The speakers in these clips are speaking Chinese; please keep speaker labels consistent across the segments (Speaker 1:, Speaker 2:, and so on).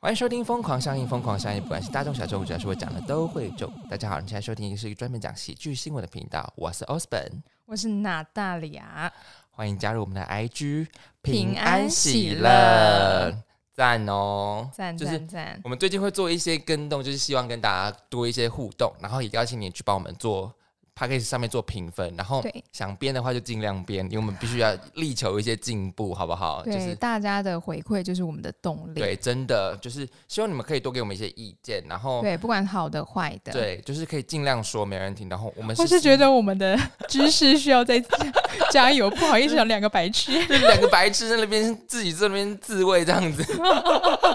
Speaker 1: 欢迎收听《疯狂上映》，疯狂上映，不管是大众小众，只要是我讲的都会中。大家好，你现在收听是一个专门讲喜剧新闻的频道，我是 Osborn，
Speaker 2: 我是娜大啊利亚，
Speaker 1: 欢迎加入我们的 IG，
Speaker 2: 平安喜乐，
Speaker 1: 赞哦！
Speaker 2: 赞
Speaker 1: 就是
Speaker 2: 赞赞，
Speaker 1: 我们最近会做一些跟动，就是希望跟大家多一些互动，然后也邀请你去帮我们做 p a c k a g e 上面做评分，然后
Speaker 2: 对
Speaker 1: 想编的话就尽量编，因为我们必须要力求一些进步，好不好？就
Speaker 2: 对、
Speaker 1: 是
Speaker 2: 大家的回馈就是我们的动力，
Speaker 1: 对，真的就是希望你们可以多给我们一些意见，然后
Speaker 2: 对不管好的坏的，，
Speaker 1: 对，就是可以尽量说，没人听。然后我们
Speaker 2: 我是觉
Speaker 1: 得
Speaker 2: 得我们的知识需要再 加油，不好意思，有两个白痴，
Speaker 1: 两个白痴在那边自己这边自慰这样子。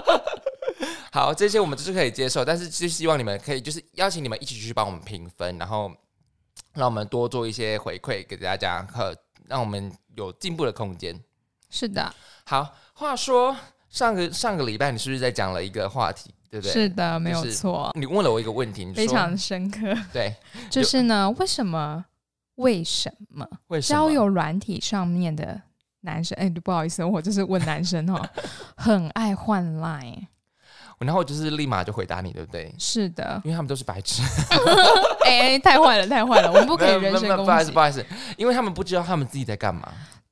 Speaker 1: 好，这些我们就是可以接受，但是就希望你们可以就是邀请你们一起去帮我们评分，然后让我们多做一些回馈给大家，和让我们有进步的空间。
Speaker 2: 是的，
Speaker 1: 好，话说上个上个礼拜你是不是在讲了一个话题，对不对？
Speaker 2: 是的，没有
Speaker 1: 就是
Speaker 2: 错，
Speaker 1: 你问了我一个问题，你
Speaker 2: 非
Speaker 1: 说
Speaker 2: 常深刻，
Speaker 1: 对，
Speaker 2: 就是呢，为什么为什么
Speaker 1: 为什
Speaker 2: 交
Speaker 1: 么？
Speaker 2: 友软体上面的男生，哎、不好意思，我就是问男生 哦，很爱换 line，
Speaker 1: 然后我就是立马就回答你，对不对？
Speaker 2: 是 的，
Speaker 1: 因为他们都是白痴。
Speaker 2: 哎、哎太坏了，太坏了，我们不可以人
Speaker 1: 没
Speaker 2: 身
Speaker 1: 有没有没有不好
Speaker 2: 攻
Speaker 1: 意思，
Speaker 2: 击
Speaker 1: 不。好意思，因为他们不知道他们自己在干嘛。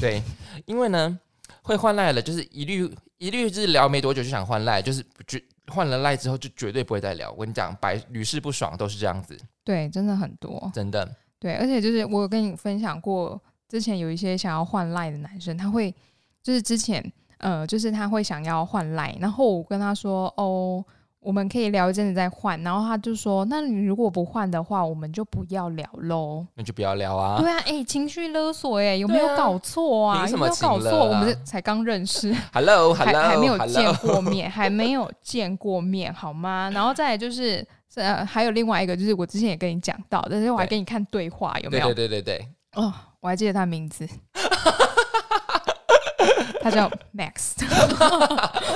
Speaker 1: 对，因为呢，会换赖了，就是一律一律就是聊没多久就想换赖，就是绝换了赖之后就绝对不会再聊。我跟你讲，百屡试不爽都是这样子，
Speaker 2: 对，真的很多。
Speaker 1: 真的。
Speaker 2: 对，而且就是我有跟你分享过，之前有一些想要换赖的男生，他会就是之前呃，就是他会想要换赖，然后我跟他说哦，我们可以聊一阵子再换，然后他就说，那你如果不换的话，我们就不要聊喽。
Speaker 1: 那就不要聊 啊。
Speaker 2: 对啊，哎、情绪勒索、哎，有没
Speaker 1: 对
Speaker 2: 有
Speaker 1: 啊
Speaker 2: 搞错啊？
Speaker 1: 凭什
Speaker 2: 有
Speaker 1: 么
Speaker 2: 没有搞
Speaker 1: 情勒
Speaker 2: 错？我
Speaker 1: 啊
Speaker 2: 们这才刚认识，还
Speaker 1: Hello，Hello，
Speaker 2: 还没有
Speaker 1: hello
Speaker 2: 见过面，还没有见过面，好吗？然后再来就是，呃，还有另外一个就是我之前也跟你讲到，但是我还
Speaker 1: 对
Speaker 2: 给你看对话有没
Speaker 1: 对
Speaker 2: 有
Speaker 1: 对？对对对，
Speaker 2: 哦，我还记得他名字，他叫 Max，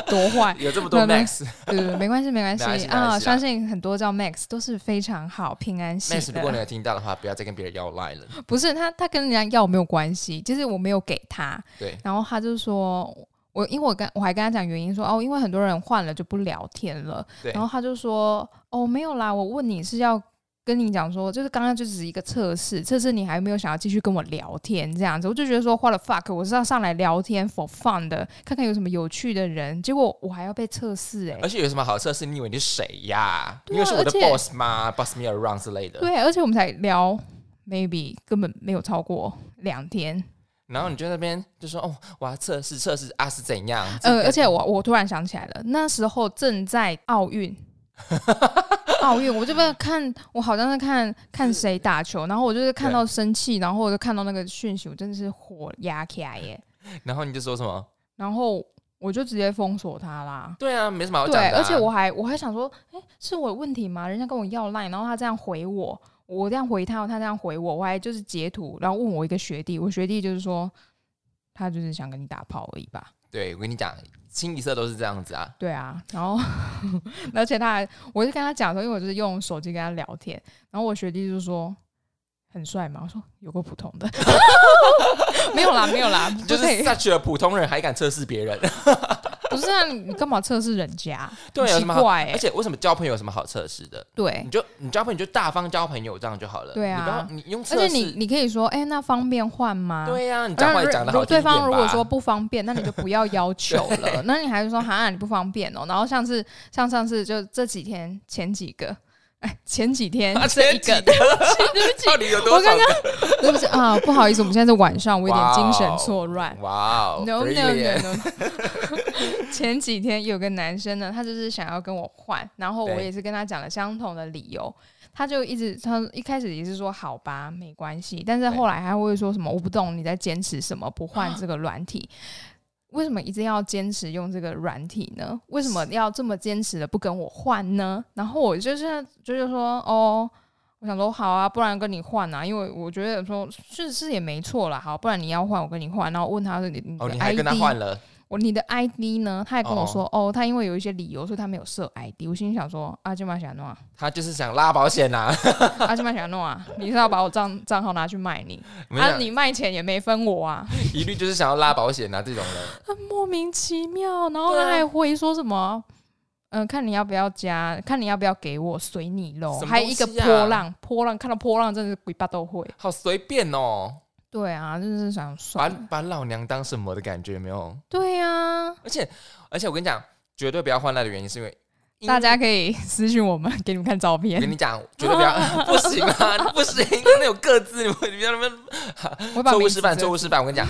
Speaker 2: 多坏。
Speaker 1: 有这么多
Speaker 2: 那
Speaker 1: Max
Speaker 2: 对对，对没关系，没关
Speaker 1: 没关
Speaker 2: 系
Speaker 1: 系没关系
Speaker 2: 啊！
Speaker 1: 啊
Speaker 2: 相信很多叫 Max 都是非常好、平安喜
Speaker 1: Max，如果你
Speaker 2: 的。
Speaker 1: 有听到的话，不要再跟别人要赖了。
Speaker 2: 不是他，他跟人家要没有关系，就是我没有给他，
Speaker 1: 对，
Speaker 2: 然后他就说，我因为我跟我还跟他讲原因说，哦，因为很多人换了就不聊天了，
Speaker 1: 对
Speaker 2: 然后他就说，哦，没有啦，我问你是要。跟你讲说，就是刚刚就只是一个测试，测试你还有没有想要继续跟我聊天这样子，我就觉得说，what the fuck，我是要上来聊天 for fun 的，看看有什么有趣的人，结果我还要被测试哎、
Speaker 1: 而且有什么好测试？你以为你是谁呀？你
Speaker 2: 对啊
Speaker 1: 以为是我的
Speaker 2: 而且
Speaker 1: boss 吗？boss me around 之类的。
Speaker 2: 对，啊而且我们才聊 maybe 根本没有超过两天，
Speaker 1: 然后你就在那边就说哦，我要测试测试啊是怎样？
Speaker 2: 呃，而且我我突然想起来了，那时候正在 奥运，奥运，我就在看，我好像在看看谁打球，然后我就是看到生气，然后我就看到那个讯息，我真的是火压起来耶，
Speaker 1: 然后你就说什么？
Speaker 2: 然后我就直接封锁他啦。
Speaker 1: 对啊，没什么好讲的啊、
Speaker 2: 对，而且我还我还想说，哎、是我有问题吗？人家跟我要赖，然后他这样回我，我这样回他，他这样回我，我还就是截图，然后问我一个学弟，我学弟就是说，他就是想跟你打炮而已吧。
Speaker 1: 对我跟你讲，清一色都是这样子 啊。
Speaker 2: 对啊，然后而且他还，我就跟他讲说，因为我就是用手机跟他聊天，然后我学弟就说很帅嘛，我说有个普通的， 没有啦，没有啦，
Speaker 1: 就是
Speaker 2: 不可以
Speaker 1: such a 普通人还敢测试别 人，
Speaker 2: 不是啊，你你干嘛测试人家？
Speaker 1: 对啊，有
Speaker 2: 很
Speaker 1: 什
Speaker 2: 奇
Speaker 1: 么好？
Speaker 2: 怪、
Speaker 1: 而
Speaker 2: 欸，
Speaker 1: 且嗯为什么交朋友有什么好测试的？
Speaker 2: 对
Speaker 1: 你，就你交朋友就大方交朋友这样就好了。
Speaker 2: 对啊
Speaker 1: 你不要你用测
Speaker 2: 而
Speaker 1: 试。
Speaker 2: 且你你可以说，哎、那方便换吗？
Speaker 1: 对呀、你
Speaker 2: 当
Speaker 1: 讲
Speaker 2: 然。
Speaker 1: 话也讲的
Speaker 2: 如
Speaker 1: 好听
Speaker 2: 对
Speaker 1: 一点吧
Speaker 2: 方如果说不方便，那你就不要要求了。那你还是说哈，你不方便哦。然后上次，像上次就这几天前几个，哎，前几天
Speaker 1: 啊，
Speaker 2: 这
Speaker 1: 前
Speaker 2: 一
Speaker 1: 几
Speaker 2: 个
Speaker 1: 个，
Speaker 2: 对不起
Speaker 1: 到底有多少
Speaker 2: 我
Speaker 1: 个？
Speaker 2: 对不起啊，不好意思，我们现在是晚上，我有点
Speaker 1: 哇哦
Speaker 2: 精神错乱。
Speaker 1: 哇哦
Speaker 2: No no
Speaker 1: brilliant
Speaker 2: no no！前 几天有个男生呢，他就是想要跟我换，然后我
Speaker 1: 对
Speaker 2: 也是跟他讲了相同的理由，他就一直他一开始也是说好吧，没关系，但是
Speaker 1: 对啊
Speaker 2: 后来他会说什么我不懂你在坚持什么，不换这个软体。为什么一定要坚持用这个软体呢？为什么要这么坚持的不跟我换呢？然后我就是就是说，哦，我想说好啊，不然跟你换啊，因为我觉得说是是也没错啦，好，不然你要换我跟你换，然后问他说你你的
Speaker 1: 哦，你还
Speaker 2: ID，、
Speaker 1: 跟他换了？
Speaker 2: 我你的 ID 呢？他还跟我说，哦他因为有一些理由，所以他没有设 ID。我心里想说，阿舅妈想弄啊，
Speaker 1: 他就是想拉保险啊
Speaker 2: 啊
Speaker 1: 呐、
Speaker 2: 阿舅妈想弄啊，你是要把我账账号拿去卖你？
Speaker 1: 没有
Speaker 2: 啊，你卖钱也没分我啊，
Speaker 1: 一律就是想要拉保险呐、这种人，
Speaker 2: 很莫名其妙。然后
Speaker 1: 对啊
Speaker 2: 他还回说什么？嗯、看你要不要加，看你要不要给我，随你喽。
Speaker 1: 什么
Speaker 2: 还有一个
Speaker 1: 东西啊
Speaker 2: 波浪，波浪看到波浪真的是鬼巴都会。
Speaker 1: 好随便哦，
Speaker 2: 对啊，真是想
Speaker 1: 把
Speaker 2: 算了。
Speaker 1: 把老娘当什么的感觉没有？
Speaker 2: 对啊，
Speaker 1: 而且而且我跟你讲，绝对不要换赖的原因是因为因
Speaker 2: 大家可以私信我们，给你们看照
Speaker 1: 我
Speaker 2: 片
Speaker 1: 跟。你讲，绝对不 要不行啊，不行，那有各自，你们你们要不
Speaker 2: 我把
Speaker 1: 错误
Speaker 2: 名
Speaker 1: 示
Speaker 2: 字
Speaker 1: 范，
Speaker 2: 遮
Speaker 1: 错误示范。我跟你讲，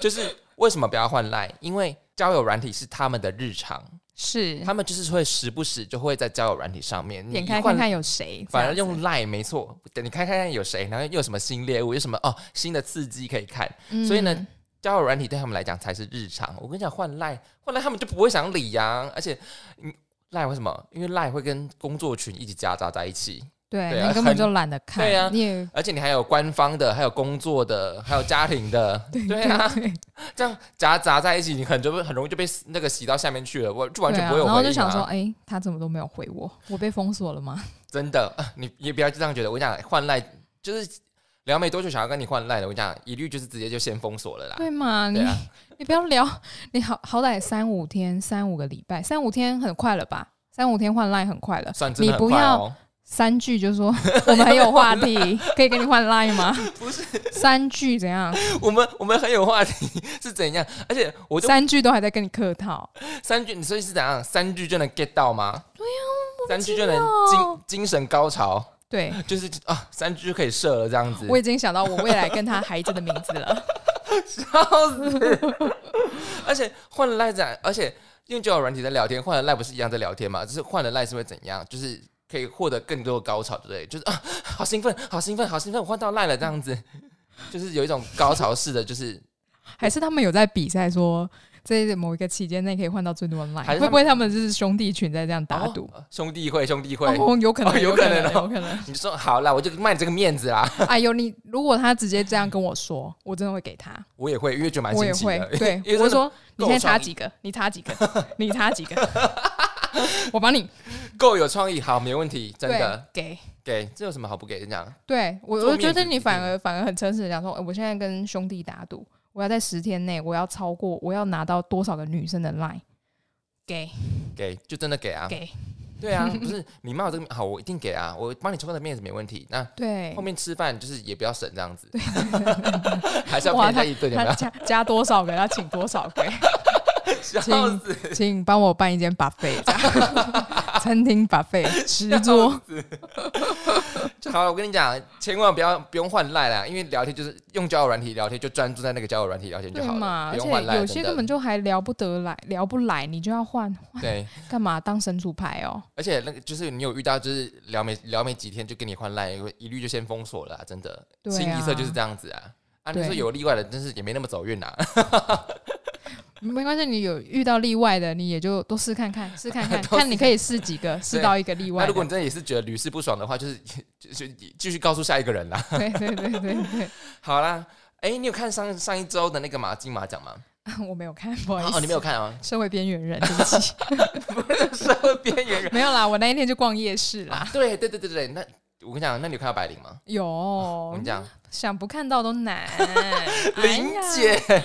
Speaker 1: 就是为什么不要换赖？因为交友软体是他们的日常，
Speaker 2: 是
Speaker 1: 他们就是会时不时就会在交友软体上面
Speaker 2: 点
Speaker 1: 你
Speaker 2: 开
Speaker 1: 一换
Speaker 2: 看看有谁，
Speaker 1: 反而
Speaker 2: 这样子
Speaker 1: 用 Line 没错，等你看看看有谁，然后又有什么新猎物，有什么哦新的刺激可以看。所以呢
Speaker 2: 嗯
Speaker 1: 交友软体对他们来讲才是日常。我跟你讲，换 Line 换 Line 他们就不会想理呀、而且嗯 Line 为什么？因为 Line 会跟工作群一起夹杂在一起，
Speaker 2: 对，
Speaker 1: 对啊
Speaker 2: 你根本就懒得看，
Speaker 1: 对啊
Speaker 2: 你也
Speaker 1: 而且你还有官方的，还有工作的，还有家庭的，对啊，
Speaker 2: 对
Speaker 1: 这样夹杂在一起，你很就很容易就被那个洗到下面去了，我就完全
Speaker 2: 对啊
Speaker 1: 不会有回应、
Speaker 2: 然后就想说，哎，他怎么都没有回我？我被封锁了吗？
Speaker 1: 真的，呃你也不要这样觉得。我讲换赖就是聊没多久想要跟你换赖的，我讲一律就是直接就先封锁了啦。
Speaker 2: 对嘛，你
Speaker 1: 对啊，
Speaker 2: 你不 要聊，你好好歹三五天，三五个礼拜，三五天很快了吧？三五天换 line 很快了，
Speaker 1: 算真
Speaker 2: 你
Speaker 1: 的很
Speaker 2: 不
Speaker 1: 快
Speaker 2: 要
Speaker 1: 哦。
Speaker 2: 三句就说 我们很有 话题，可以跟你换 line 吗？
Speaker 1: 不是，
Speaker 2: 三句 怎样？
Speaker 1: 我们我们很有话题是怎样？而且我就
Speaker 2: 三句都还在跟你客套，
Speaker 1: 三句，你所以是怎样？三句就能 get 到吗？对
Speaker 2: 啊
Speaker 1: 呀、三句就能
Speaker 2: 其妙
Speaker 1: 精精神高潮，
Speaker 2: 对
Speaker 1: 就是啊，三句就可以射了这样子。
Speaker 2: 我已经想到我未来跟他孩子的名字 了。
Speaker 1: 笑死！ 而且换了赖仔，而且用交友软体在聊天，换了赖不是一样在聊天嘛？就是换了赖是会怎样？就是可以获得更多的高潮，对不对？就是啊，好兴奋，好兴奋，好兴奋，我换到赖了这样子，就是有一种高潮式的，就是
Speaker 2: 还是他们有在比赛说，在某一个期间内可以换到最多 line，
Speaker 1: 还是他们
Speaker 2: 会不会他们就是兄弟群在这样打赌？
Speaker 1: 哦兄弟会，兄弟会。
Speaker 2: 哦，有可
Speaker 1: 哦
Speaker 2: 能，
Speaker 1: 有
Speaker 2: 有
Speaker 1: 可
Speaker 2: 可
Speaker 1: 能
Speaker 2: 能，
Speaker 1: 哦
Speaker 2: 有可能。
Speaker 1: 你就说好啦，我就卖你这个面子啦，
Speaker 2: 哎呦，你如果他直接这样跟我说，我真的会给他，
Speaker 1: 我也会，因为觉得蛮
Speaker 2: 我也
Speaker 1: 新奇
Speaker 2: 会
Speaker 1: 的。
Speaker 2: 对
Speaker 1: 因为，
Speaker 2: 我
Speaker 1: 真的
Speaker 2: 说你
Speaker 1: 够
Speaker 2: 现在
Speaker 1: 创
Speaker 2: 差
Speaker 1: 意
Speaker 2: 几个？你差几个？你差几个？ 我帮你，
Speaker 1: 够有创意，好，没问题， 真
Speaker 2: 对
Speaker 1: 的，
Speaker 2: 给。
Speaker 1: 给这有什么好不给人家？
Speaker 2: 对我，
Speaker 1: 做
Speaker 2: 我觉
Speaker 1: 面
Speaker 2: 得
Speaker 1: 子
Speaker 2: 你
Speaker 1: 一
Speaker 2: 反
Speaker 1: 定
Speaker 2: 而反而很诚实的讲说，哎我现在跟兄弟打赌，我要在十天内，我要超过，我要拿到多少个女生的 line，给
Speaker 1: 给就真的给啊，
Speaker 2: 给，
Speaker 1: 对 啊，不是你骂我这个好，我一定给啊，我帮你充的面子没问题。那
Speaker 2: 对
Speaker 1: 后，面吃饭就是也不要省这样子， 还是要
Speaker 2: 哇
Speaker 1: 便宜他一顿，有没
Speaker 2: 他
Speaker 1: 有？
Speaker 2: 加加多少个，他请多少 个，
Speaker 1: 笑
Speaker 2: 请
Speaker 1: 死！
Speaker 2: 请帮我办一间 buffet，这样 餐 厅 buffet 十桌，
Speaker 1: 好，我跟你讲，千万不要不用换赖啦，因为聊天就是用交友软体聊天，就专注在那个交友软体聊天就
Speaker 2: 对
Speaker 1: 好
Speaker 2: 嘛？
Speaker 1: 了，
Speaker 2: 而
Speaker 1: 不用换
Speaker 2: 且
Speaker 1: 赖。
Speaker 2: 有些根本就还聊不得来，聊不来，你就要换，
Speaker 1: 真的对，
Speaker 2: 干嘛当神主牌哦？
Speaker 1: 而且那个就是你有遇到就是聊没聊没几天就跟你换赖，一律就先封锁了啊、真的。
Speaker 2: 对啊
Speaker 1: 清一色就是这样子啊。啊，你
Speaker 2: 对
Speaker 1: 说有例外的，真是也没那么走运 啊。
Speaker 2: 没关系，你有遇到例外的，你也就都试看看，试看看，
Speaker 1: 都试
Speaker 2: 看你可以试几个，试到一个例
Speaker 1: 那
Speaker 2: 外
Speaker 1: 如果
Speaker 2: 的。
Speaker 1: 你真的也是觉得屡试不爽的话，就是 就是继续告诉下一个人啦。
Speaker 2: 对对对对对，
Speaker 1: 好啦，哎、你有看上上一周的那个马金马奖吗？
Speaker 2: 我没有看，不好意思，？
Speaker 1: 哦，你没有看啊
Speaker 2: 社会边缘人，对不起，
Speaker 1: 社会边 缘人
Speaker 2: 没有啦，我那一天就逛夜市啦。
Speaker 1: 啊！对对对对对，那我跟你讲，那你有看到白灵吗？
Speaker 2: 有，哦
Speaker 1: 我跟你讲，
Speaker 2: 想不看到都难。
Speaker 1: 林
Speaker 2: 哎呀
Speaker 1: 姐，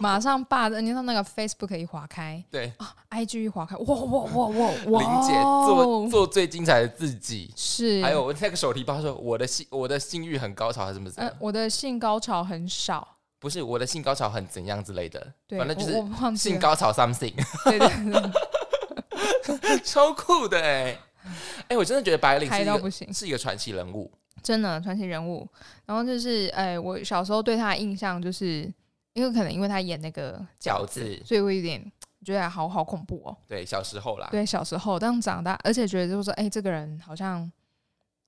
Speaker 2: 马上霸，你看那个 Facebook 一划开
Speaker 1: 对，
Speaker 2: ，IG 一划开，哇哇哇哇哇！
Speaker 1: 林姐做做最精彩的自己。
Speaker 2: 是，
Speaker 1: 还有我那个手提包说我的性我的性欲很高潮还是什么之类
Speaker 2: 呃
Speaker 1: 的，，
Speaker 2: 我的性高潮很少，
Speaker 1: 不是我的性高潮很怎样之类的，
Speaker 2: 对，
Speaker 1: 反正就
Speaker 2: 我
Speaker 1: 是
Speaker 2: 我忘记
Speaker 1: 性
Speaker 2: 了，
Speaker 1: 高潮 something，
Speaker 2: 对对对，
Speaker 1: 超酷的哎、欸！哎、我真的觉得白灵是
Speaker 2: 嗨
Speaker 1: 一
Speaker 2: 到
Speaker 1: 个
Speaker 2: 不行。
Speaker 1: 是一个传奇人物，
Speaker 2: 真的传奇人物。然后就是，哎、我小时候对他的印象就是，因为可能因为他演那个
Speaker 1: 饺
Speaker 2: 饺
Speaker 1: 子
Speaker 2: 子，所以我有点觉得好好恐怖哦。
Speaker 1: 对，小时候啦，
Speaker 2: 对，小时候，但长大，而且觉得就是说，哎、这个人好像，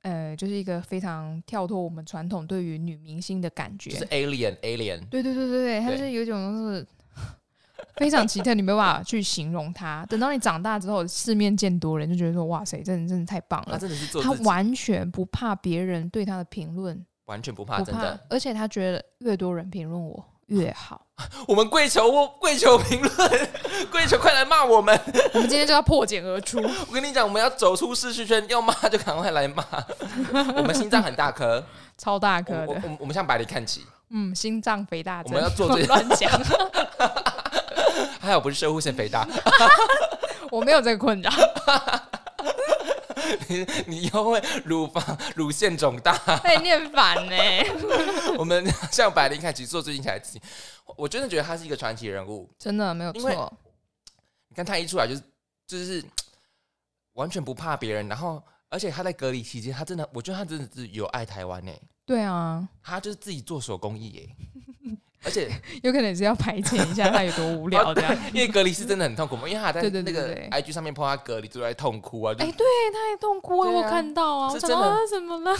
Speaker 2: 呃，就是一个非常跳脱我们传统对于女明星的感觉。
Speaker 1: 就是 alien alien，
Speaker 2: 对对对对对，他
Speaker 1: 对
Speaker 2: 是有一种就是。 非常奇特，你没办法去形容他。等到你长大之后，世面见多了，你就觉得说，哇塞，真的真的太棒
Speaker 1: 他
Speaker 2: 了！
Speaker 1: 真的是啊做
Speaker 2: 他
Speaker 1: 自己，
Speaker 2: 完全不怕别人对他的评论，
Speaker 1: 完全不怕，
Speaker 2: 不
Speaker 1: 啊真
Speaker 2: 怕
Speaker 1: 的，
Speaker 2: 而且他觉得越多人评论我，越好。
Speaker 1: 我们跪求跪求评论， 跪求快来骂我们！
Speaker 2: 我们今天就要破茧而 出，
Speaker 1: 我跟你讲，我们要走出舒适圈，要骂就赶快来骂。我们心脏很大颗，
Speaker 2: 超 大
Speaker 1: 我
Speaker 2: 颗
Speaker 1: 我
Speaker 2: 的，
Speaker 1: 我我们向百里看齐，
Speaker 2: 嗯，心脏肥大
Speaker 1: 我
Speaker 2: 症。
Speaker 1: 们要做这
Speaker 2: 乱讲，
Speaker 1: 还好不是射护腺肥大，
Speaker 2: 我没有这个困扰。
Speaker 1: 你你以后会乳房乳腺肿大。
Speaker 2: 被念反呢、
Speaker 1: 我们向百灵看齐做最近起来的事情，我我真的觉得他是一个传奇人物。
Speaker 2: 真的没有
Speaker 1: 因为
Speaker 2: 错。
Speaker 1: 你看他一出来就是就是完全不怕别人，然后而且他在隔离期间，他真的我觉得他真的是有爱台湾呢、
Speaker 2: 对啊，
Speaker 1: 他就是自己做手工艺耶、而 且
Speaker 2: 有可能是要排遣一 下他有多无聊这样。
Speaker 1: 因为隔离是真的很痛苦嘛，因为他在
Speaker 2: 对对
Speaker 1: 那
Speaker 2: 对
Speaker 1: 个
Speaker 2: 对
Speaker 1: IG 上面 po 他隔离就在痛哭啊，就
Speaker 2: 哎、
Speaker 1: 是
Speaker 2: 对，他也痛哭、
Speaker 1: 对啊
Speaker 2: 我有看到啊，
Speaker 1: 是
Speaker 2: 我想
Speaker 1: 真的
Speaker 2: 到他怎么了？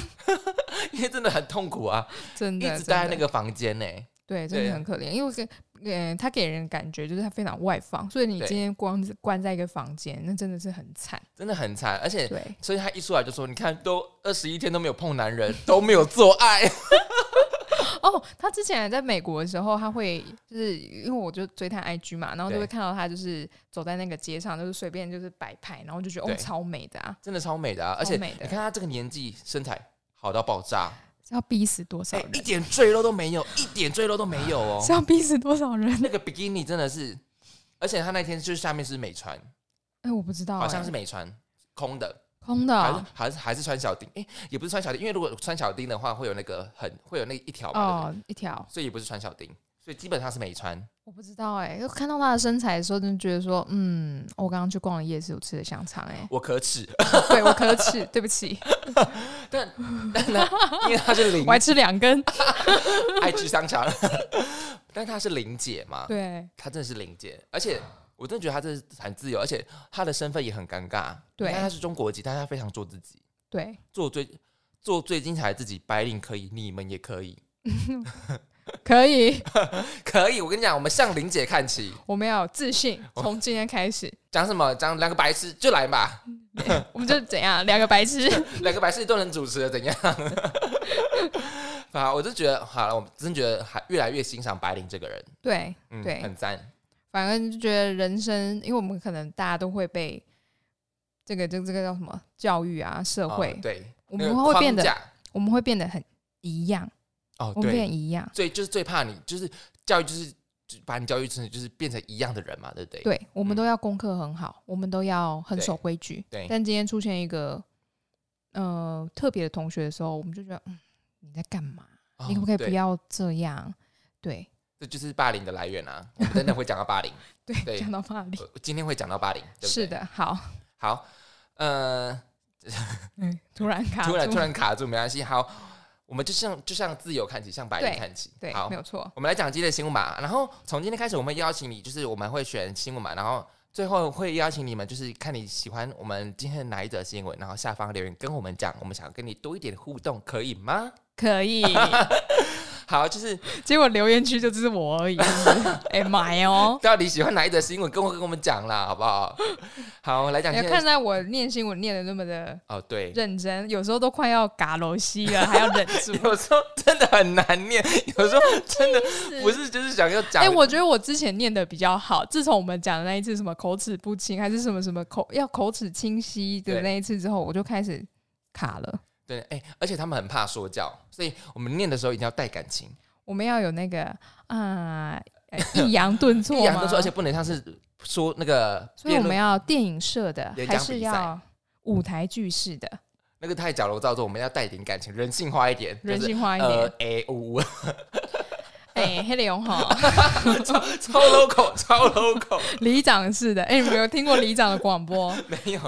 Speaker 1: 因为真的很痛苦啊，
Speaker 2: 真
Speaker 1: 一
Speaker 2: 的，
Speaker 1: 直待在那
Speaker 2: 真的
Speaker 1: 个房间呢、
Speaker 2: 对，真
Speaker 1: 对
Speaker 2: 的
Speaker 1: 啊
Speaker 2: 很可怜，因为跟呃，他给人感觉就是他非常外放，所以你
Speaker 1: 对
Speaker 2: 今天光是关在一个房间，那真的是很惨。
Speaker 1: 真的很惨，而且。
Speaker 2: 对，
Speaker 1: 所以他一出来就说：“你看，都二十一天都没有碰男人，都没有做爱，
Speaker 2: 哦，他之前在美国的时候，他会就是因为我就追他 IG 嘛，然后就
Speaker 1: 对
Speaker 2: 会看到他就是走在那个街上，就是随便就是摆拍，然后就觉得
Speaker 1: 对
Speaker 2: 哦，超美的啊，
Speaker 1: 真的超美的啊！而且
Speaker 2: 超美的
Speaker 1: 你看他这个年纪，身材好到爆炸，
Speaker 2: 是要逼死多少
Speaker 1: 哎、
Speaker 2: 人？
Speaker 1: 一点赘肉都没有，一点赘肉都没有哦
Speaker 2: 是。要逼死多少人？
Speaker 1: 那个比基尼真的是，而且他那天就是下面是美穿，
Speaker 2: 哎、我不知道、哎
Speaker 1: 好像是美穿，空的，
Speaker 2: 空的
Speaker 1: 还是
Speaker 2: 啊、
Speaker 1: 还是还是穿小丁，哎、也不是穿小丁，因为如果穿小丁的话，会有那个很会有那一条嘛，对不
Speaker 2: 哦，一条
Speaker 1: 对所以也不是穿小丁，所以基本上是美穿。
Speaker 2: 我不知道哎、就看到他的身材的时候，就觉得说，嗯，我刚刚去逛了夜市，我吃了香肠哎、
Speaker 1: 我可耻，
Speaker 2: 对我可耻，对不起，
Speaker 1: 但但呢，因为她是林
Speaker 2: 我还吃两根，
Speaker 1: 爱吃香肠， 但她是林姐嘛，
Speaker 2: 对
Speaker 1: 她真的是林姐，而且。我真的觉得她真的是很自由，而且她的身份也很尴尬。
Speaker 2: 对
Speaker 1: 你看她是中国籍，但她非常做自己。
Speaker 2: 对，
Speaker 1: 做最做最精彩的自己，白领可以，你们也可以，
Speaker 2: 可以，
Speaker 1: 可以。我跟你讲，我们向玲姐看齐，
Speaker 2: 我们要有自信，从今天开始，
Speaker 1: 讲什么讲两个白痴就来 吧，
Speaker 2: 我们就怎样，两个白痴，
Speaker 1: 两个白痴都能主持了，怎样？ 好，我就觉得好了，我真觉得还越来越欣赏白领这个人，
Speaker 2: 对
Speaker 1: 嗯，
Speaker 2: 对
Speaker 1: 很赞。
Speaker 2: 反正就觉得人生，因为我们可能大家都会被这个这这个叫什么教育啊，社会，
Speaker 1: 哦对，
Speaker 2: 我们
Speaker 1: 那个
Speaker 2: 会
Speaker 1: 框
Speaker 2: 变得
Speaker 1: 架
Speaker 2: 我们会变得很一样，
Speaker 1: 哦，
Speaker 2: 我们变
Speaker 1: 对，
Speaker 2: 得一样。
Speaker 1: 最就是最怕你就是教育就是。就把你教育成就是变成一样的人嘛，对不对？
Speaker 2: 对，我
Speaker 1: 嗯
Speaker 2: 们都要功课很好，我们都要很
Speaker 1: 对
Speaker 2: 守规矩。
Speaker 1: 对
Speaker 2: 但今天出现一个呃特别的同学的时候，我们就觉得，嗯，你在干嘛？
Speaker 1: 哦
Speaker 2: 你可不可以不
Speaker 1: 对
Speaker 2: 要这样？对
Speaker 1: 这就是霸凌的来源啊！我们等等会讲到 霸凌，对
Speaker 2: 对，讲到哪里？
Speaker 1: 我今天会讲到霸凌，对不对
Speaker 2: 是的，好，
Speaker 1: 好，呃，
Speaker 2: 嗯，突然卡住，
Speaker 1: 突然突然卡住，没关系。好，我们就像就像自由看起，向白人看起。
Speaker 2: 对，
Speaker 1: 好
Speaker 2: 没，有错，
Speaker 1: 我们来讲今天的新闻吧。然后从今天开始，我们邀请你，就是我们会选新闻嘛，然后最后会邀请你们，就是看你喜欢我们今天的哪一则新闻，然后下方留言跟我们讲，我们想跟你多一点互动，可以吗？
Speaker 2: 可以。
Speaker 1: 好，就是
Speaker 2: 结果留言区就只是我而已，是不是 哎妈呀哦！
Speaker 1: 到底喜欢哪一则新闻，跟我跟我们讲啦，好不好？ 好，我来讲
Speaker 2: 你要
Speaker 1: 今天
Speaker 2: 哎看
Speaker 1: 的。
Speaker 2: 在我念新闻念的那么的
Speaker 1: 哦，对，。
Speaker 2: 认真，有时候都快要嘎楼西了，还要忍住
Speaker 1: 有时候真的很难念， 有时候真的 不是，就是想要讲。
Speaker 2: 哎、我觉得我之前念的比较好。自从我们讲的那一次什么口齿不清，还是什么什么口要口齿清晰的
Speaker 1: 对
Speaker 2: 那一次之后，我就开始卡了。
Speaker 1: 对，哎、而且他们很怕说教，所以我们念的时候一定要带感情，
Speaker 2: 我们要有那个啊、呃抑扬顿 挫
Speaker 1: 抑扬顿挫，
Speaker 2: 吗
Speaker 1: 而且不能像是说那个
Speaker 2: 所以
Speaker 1: 辩
Speaker 2: 我
Speaker 1: 论，
Speaker 2: 们要电影社的，
Speaker 1: 演
Speaker 2: 还
Speaker 1: 讲
Speaker 2: 是
Speaker 1: 比赛
Speaker 2: 要舞台剧式的，
Speaker 1: 那个太矫揉造作，我们要带一点感情，人性化一点，
Speaker 2: 人
Speaker 1: 就是
Speaker 2: 性化一点。
Speaker 1: 呃，哎、呜，
Speaker 2: 哎、黑龙哈，
Speaker 1: 超超 local，超 local，
Speaker 2: 里长式的。哎、你们有听过里长的广播？
Speaker 1: 没有，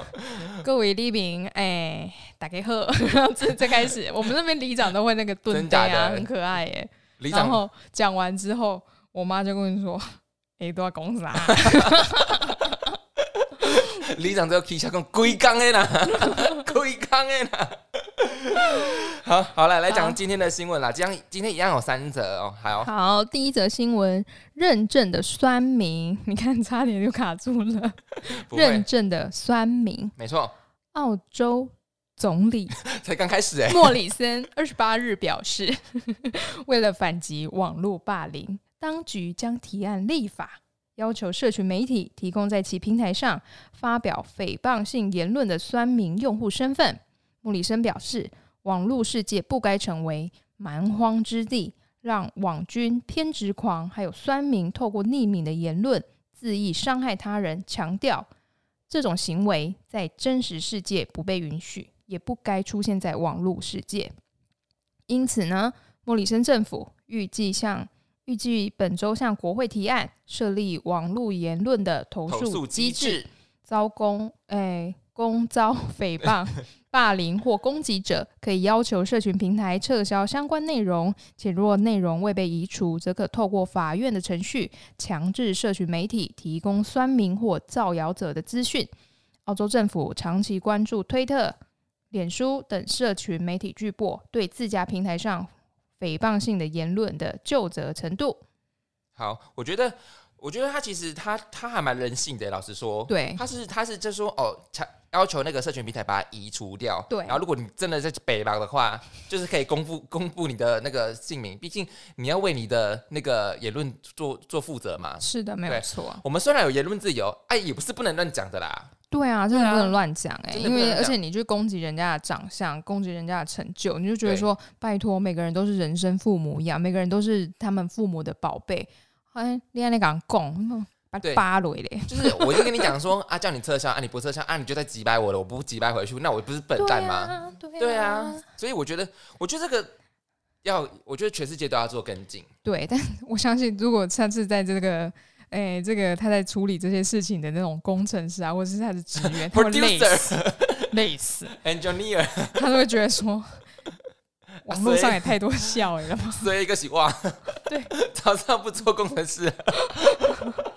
Speaker 2: 各位黎明，哎、打给贺， 这这开始，我们那边里长都会那个顿
Speaker 1: 真
Speaker 2: 呆
Speaker 1: 假
Speaker 2: 啊，
Speaker 1: 的
Speaker 2: 很可爱耶、
Speaker 1: 李
Speaker 2: 然
Speaker 1: 长
Speaker 2: 后讲完之后，我妈就跟我说：“ 哎、都要讲 啥？
Speaker 1: 李长这个 K 下跟龟缸哎啦， 龟缸哎啦。 好好来来
Speaker 2: 好
Speaker 1: 讲今天的新闻啦，今天今天一样有三则哦，还有
Speaker 2: 好，第一则新闻，认证的酸民，你看差点就卡住了。
Speaker 1: 不
Speaker 2: 认
Speaker 1: 会，
Speaker 2: 证的酸民，
Speaker 1: 没错，
Speaker 2: 澳洲总理
Speaker 1: 才刚开始哎、
Speaker 2: 莫里森二十八日表示，为了反击网络霸凌，当局将提案立法，要求社群媒体提供在其平台上发表诽谤性言论的酸民用户身份。穆里森表示，网络世界不该成为蛮荒之地，让网军、偏执狂还有酸民透过匿名的言论恣意伤害他人。强调，这种行为在真实世界不被允许，也不该出现在网络世界。因此呢，莫里森政府预计向预计本周向国会提案设立网络言论的投
Speaker 1: 投
Speaker 2: 诉
Speaker 1: 诉机
Speaker 2: 机制。
Speaker 1: 制，
Speaker 2: 遭公哎、公遭 诽谤、霸凌或攻击者，可以要求社群平台撤销相关内容，且若内容未被移除，则可透过法院的程序强制社群媒体提供酸民或造谣者的资讯。澳洲政府长期关注推特、脸书等社群媒体巨擘对自家平台上诽谤性的言论的就责程度。
Speaker 1: 好，我觉得，我觉得他其实他他还蛮人性的，老实说，
Speaker 2: 对
Speaker 1: 他是他是就说哦，强要求那个社群平台把它移除掉，
Speaker 2: 对
Speaker 1: 然后如果你真的在北吧的话，就是可以公布公布你的那个姓名，毕竟你要为你的那个言论做做负责嘛。
Speaker 2: 是的，没
Speaker 1: 对
Speaker 2: 有错。
Speaker 1: 我们虽然有言论自由，哎、也不是不能乱讲的啦。
Speaker 2: 对啊，真
Speaker 1: 对
Speaker 2: 的
Speaker 1: 啊
Speaker 2: 不能乱讲哎，
Speaker 1: 真的
Speaker 2: 因
Speaker 1: 不能
Speaker 2: 为
Speaker 1: 乱
Speaker 2: 而且
Speaker 1: 讲
Speaker 2: 你去攻击人家的长相，攻击人家的成就，你就觉得
Speaker 1: 对
Speaker 2: 说，拜托，每个人都是人生父母一样，每个人都是他们父母的宝贝。哎，你安尼讲讲，把
Speaker 1: 对
Speaker 2: 扒雷 嘞，
Speaker 1: 就是我就跟你讲说 啊，叫你撤销啊，你不撤销啊，你就再击败我了，我不击败回去，那我不是笨蛋吗？
Speaker 2: 对啊，
Speaker 1: 对啊，所以我觉得，我觉得这个要，我觉得全世界都要做跟进。
Speaker 2: 对，但 我相信，如果下次在这个，哎、这个他在处理这些事情的那种工程师啊，或者是他的职 员，他们累死，
Speaker 1: Producer 啊
Speaker 2: 累死，
Speaker 1: engineer
Speaker 2: 他都会觉得说，网络上也太多笑 了吧？
Speaker 1: 所以一个洗哇，
Speaker 2: 对，
Speaker 1: 早上不做工程师，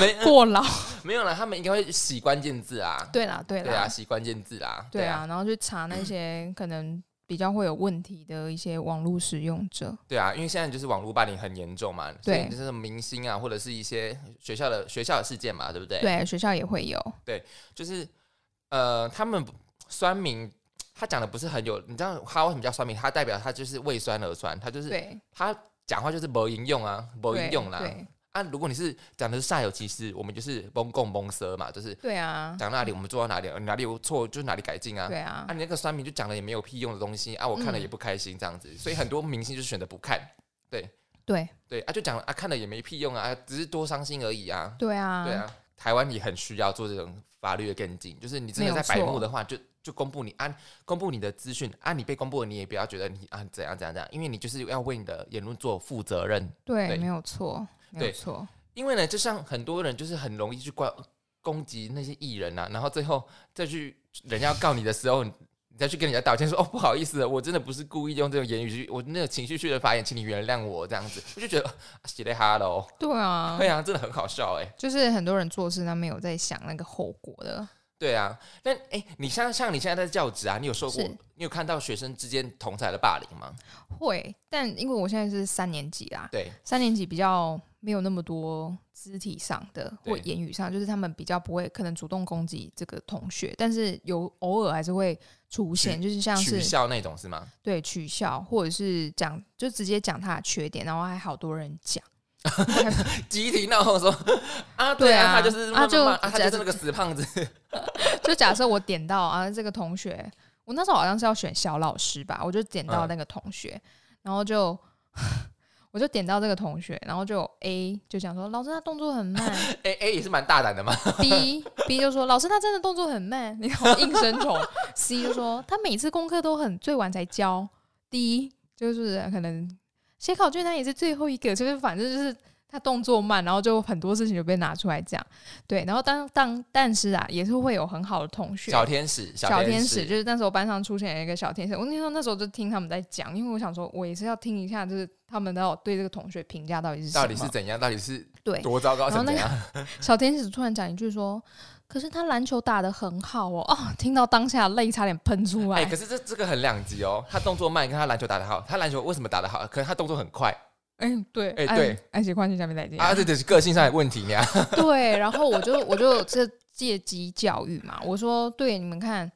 Speaker 1: 没
Speaker 2: 过劳。
Speaker 1: 没有了，他们应该会洗关键字啊，
Speaker 2: 对啦，对啦，
Speaker 1: 对啊，洗关键字啊，
Speaker 2: 对啊，，然后去 查那些可能比较会有问题的一些网络使用者。
Speaker 1: 对啊，因为现在就是网络霸凌很严重嘛，所
Speaker 2: 对
Speaker 1: 以就是明星啊，或者是一些学校的学校的事件嘛，对不对？，
Speaker 2: 对，学校也会有。
Speaker 1: 就是呃，他们不酸民。他讲的不是很有，你知道他为什么叫酸民？他代表他就是为酸而酸，他就是
Speaker 2: 对，
Speaker 1: 他讲话就是没营用啊，没
Speaker 2: 对
Speaker 1: 营用啦、
Speaker 2: 对，
Speaker 1: 啊，如果你是讲的是煞有其事，我们就是崩共崩奢嘛，就是
Speaker 2: 对啊，
Speaker 1: 讲哪里我们做到哪里，哪里有错就哪里改进啊。
Speaker 2: 对啊
Speaker 1: 啊，，你那个酸民就讲了也没有屁用的东西啊，我看了
Speaker 2: 嗯
Speaker 1: 也不开心这样子，所以很多明星就选择不看。
Speaker 2: 对，
Speaker 1: 对啊，就讲了啊，看了也没屁用啊，只是多伤心而已啊。
Speaker 2: 对啊，
Speaker 1: 对，啊，台湾也很需要做这种法律的跟进，就是你真
Speaker 2: 没
Speaker 1: 的
Speaker 2: 有
Speaker 1: 在白
Speaker 2: 错
Speaker 1: 目的话，就就公布你啊，公布你的资讯啊，你被公布了，你也不要觉得你啊怎样怎样怎样，因为你就是要为你的言论做负责任。
Speaker 2: 对，
Speaker 1: 对
Speaker 2: 没有错，没有
Speaker 1: 对
Speaker 2: 错，
Speaker 1: 因为呢，就像很多人就是很容易去关攻击那些艺人啊，然后最后再去人家要告你的时候，你你再去跟人家道歉说哦不好意思，我真的不是故意用这种言语去，我那个情绪去的发言，请你原谅我这样子，我就觉得啊写的哈喽，
Speaker 2: 对 啊
Speaker 1: 对，啊，真的很好笑哎、
Speaker 2: 就是很多人做事他没有在想那个后果的。
Speaker 1: 对啊，那哎、你像像你现在在教职啊，你有受过
Speaker 2: 是，
Speaker 1: 你有看到学生之间同才的霸凌吗？
Speaker 2: 会，但因为我现在是三年级啦，
Speaker 1: 对，
Speaker 2: 三年级比较没有那么多肢体上的或
Speaker 1: 对
Speaker 2: 言语上，就是他们比较不会可能主动攻击这个同学，但是有偶尔还是会出现，就是像
Speaker 1: 取
Speaker 2: 是
Speaker 1: 笑那种是吗？
Speaker 2: 对取笑或者是讲就直接讲他的缺点，然后还好多人讲，
Speaker 1: 集体闹哄说 啊，
Speaker 2: 对
Speaker 1: 对
Speaker 2: 啊
Speaker 1: 啊，他就是
Speaker 2: 啊
Speaker 1: 那
Speaker 2: 就
Speaker 1: 么骂啊，他就
Speaker 2: 假设
Speaker 1: 是那个死胖子，
Speaker 2: 就假设我点到啊这个同学，我那时候好像是要选小老师吧，我就点到那个同学，然后就。 我就点到这个同学，然后就有 A 就讲说老师他动作很慢，
Speaker 1: 哎哎也是蛮大胆的嘛。
Speaker 2: B B 就说老师他真的动作很慢，你好应声虫。C 就说他每次功课都很最晚才交。D 就是可能写考卷他也是最后一个，就是反正就是他动作慢，然后就很多事情就被拿出来讲。对，然后当当但是啊，也是会有很好的同学。
Speaker 1: 小天使，
Speaker 2: 小
Speaker 1: 天
Speaker 2: 天使就是那时候班上出现了一个小天使，我那时候那时候就听他们在讲，因为我想说，我也是要听一下，就是他们到底对这个同学评价到底是什么，
Speaker 1: 到底是怎样？到底是
Speaker 2: 对，
Speaker 1: 多糟糕
Speaker 2: 然后
Speaker 1: 成
Speaker 2: 那
Speaker 1: 怎
Speaker 2: 个
Speaker 1: 样？
Speaker 2: 小天使突然讲一句说：“可是他篮球打得很好哦。”哦，听到当下泪差点喷出来。
Speaker 1: 哎、可是这这个很两极哦。他动作慢，跟他篮球打得好，他篮球为什么打得好？可是他动作很快
Speaker 2: 哎、对，
Speaker 1: 哎对，
Speaker 2: 爱情关系下面再见。
Speaker 1: 啊，这只是个性上的问题呀。
Speaker 2: 对，然后我就我就这借机教育嘛，我说：“对，你们看，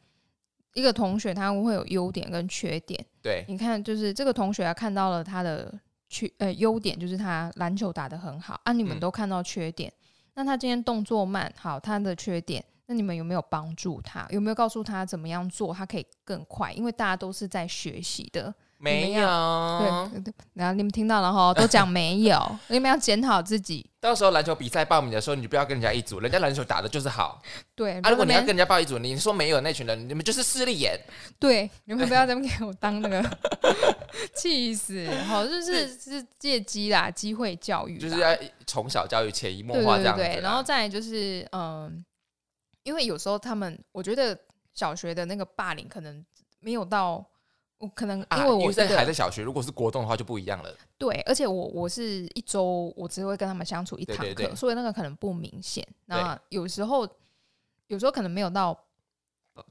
Speaker 2: 一个同学他会有优点跟缺点，
Speaker 1: 对
Speaker 2: 你看就是这个同学啊看到了他的缺呃优点就是他篮球打得很好啊，你们
Speaker 1: 嗯
Speaker 2: 都看到缺点。那他今天动作慢，好，他的缺点，那你们有没有帮助他？有没有告诉他怎么样做，他可以更快？因为大家都是在学习的，
Speaker 1: 没
Speaker 2: 你们
Speaker 1: 有。
Speaker 2: 对对。然后你们听到了哈，都讲没有，你们要检讨自己。
Speaker 1: 到时候篮球比赛报名的时候，你就不要跟人家一组，人家篮球打的就是好。
Speaker 2: 对，
Speaker 1: 啊，如果你要
Speaker 2: 们
Speaker 1: 跟人家报一组，你说没有那群人，你们就是势利眼。
Speaker 2: 对，你们不要在那边给我当那个 气死，好，就是是借机啦，机会教育啦，
Speaker 1: 就是要从小教育潜移默
Speaker 2: 对
Speaker 1: 化
Speaker 2: 对
Speaker 1: 这
Speaker 2: 对
Speaker 1: 样子啦。啊
Speaker 2: 对，然后再来就是嗯、因为有时候他们，我觉得小学的那个霸凌可能没有到，我可能因
Speaker 1: 啊，
Speaker 2: 为
Speaker 1: 因为
Speaker 2: 我这
Speaker 1: 在
Speaker 2: 个、
Speaker 1: 还在小学，如果是国中的话就不一样了。
Speaker 2: 对，而且我我是一周我只会跟他们相处一
Speaker 1: 对
Speaker 2: 堂
Speaker 1: 对
Speaker 2: 课，
Speaker 1: 对
Speaker 2: 所以那个可能不明显。那有时候有时候可能没有到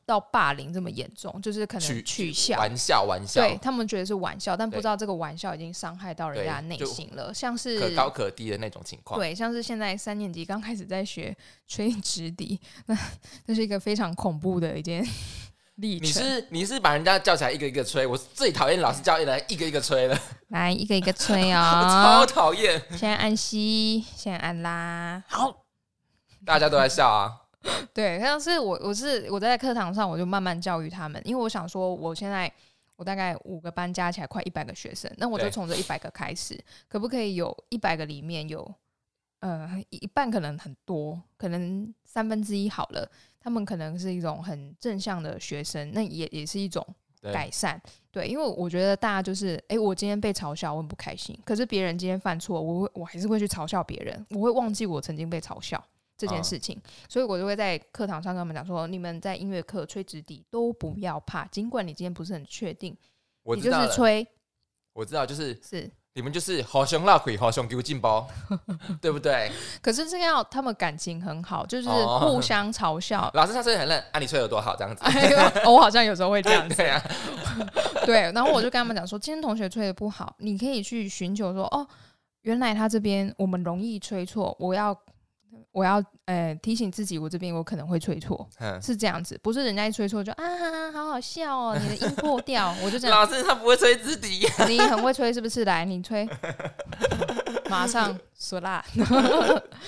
Speaker 2: 到霸凌这么严重，就是可
Speaker 1: 取
Speaker 2: 能取笑
Speaker 1: 玩笑玩笑，
Speaker 2: 对他们觉得是玩笑，但不
Speaker 1: 对
Speaker 2: 知道这个玩笑已经伤害到人
Speaker 1: 对
Speaker 2: 家内
Speaker 1: 就
Speaker 2: 心了。像是
Speaker 1: 可高可低的那种情况。
Speaker 2: 对，像是现在三年级刚开始在学吹直笛，那这是一个非常恐怖的一件历
Speaker 1: 你
Speaker 2: 程。
Speaker 1: 是你是把人家叫起来一个一个吹，我最讨厌老师叫来一个一个吹了，
Speaker 2: 来一个一 个吹
Speaker 1: 我超
Speaker 2: 哦，
Speaker 1: 讨厌。
Speaker 2: 现在按吸，现在按拉。好，
Speaker 1: 大家都在笑啊，
Speaker 2: 对，像是我我是我在课堂上我就慢慢教育他们，因为我想说我现在。我大概五个班加起来快一百个学生，那我就
Speaker 1: 对
Speaker 2: 从这一百个开始，可不可以有一百个里面有，呃，一一半可能很多，可能三分之一好了，他们可能是一种很正向的学生，那也也是一种
Speaker 1: 对
Speaker 2: 改善。对，因为我觉得大家就是，诶，我今天被嘲笑，我很不开心。可是别人今天犯错，我会我还是会去嘲笑别人，我会忘记我曾经被嘲笑这件
Speaker 1: 嗯
Speaker 2: 事情，所以我就会在课堂上跟他们讲说，你们在音乐课吹直笛都不要怕，尽管你今天不是很确定，
Speaker 1: 我
Speaker 2: 你
Speaker 1: 知
Speaker 2: 就
Speaker 1: 道
Speaker 2: 是
Speaker 1: 了，
Speaker 2: 吹
Speaker 1: 我知道，就是
Speaker 2: 是。
Speaker 1: 你们就是好熊闹鬼，好熊给我进包，对不对？
Speaker 2: 可是这个要他们感情很好，就是
Speaker 1: 哦
Speaker 2: 互相 嘲笑。
Speaker 1: 老师他吹很烂，啊，你吹有多好这 样子？
Speaker 2: 哎呦我好像有时候会这样子，
Speaker 1: 对啊，
Speaker 2: 对，然后我就跟他们讲说，今天同学吹的不好，你可以去寻求说，哦，原来他这边我们容易吹错，我要我要呃提醒自己，我这边我可能会吹错，
Speaker 1: 嗯
Speaker 2: 是这样子，不是人家一吹错就啊哈哈，好好笑哦，你的音破掉，我就 这样，
Speaker 1: 老师他不会吹自己，
Speaker 2: 你很会吹是不是？来，你吹，马上唢啦，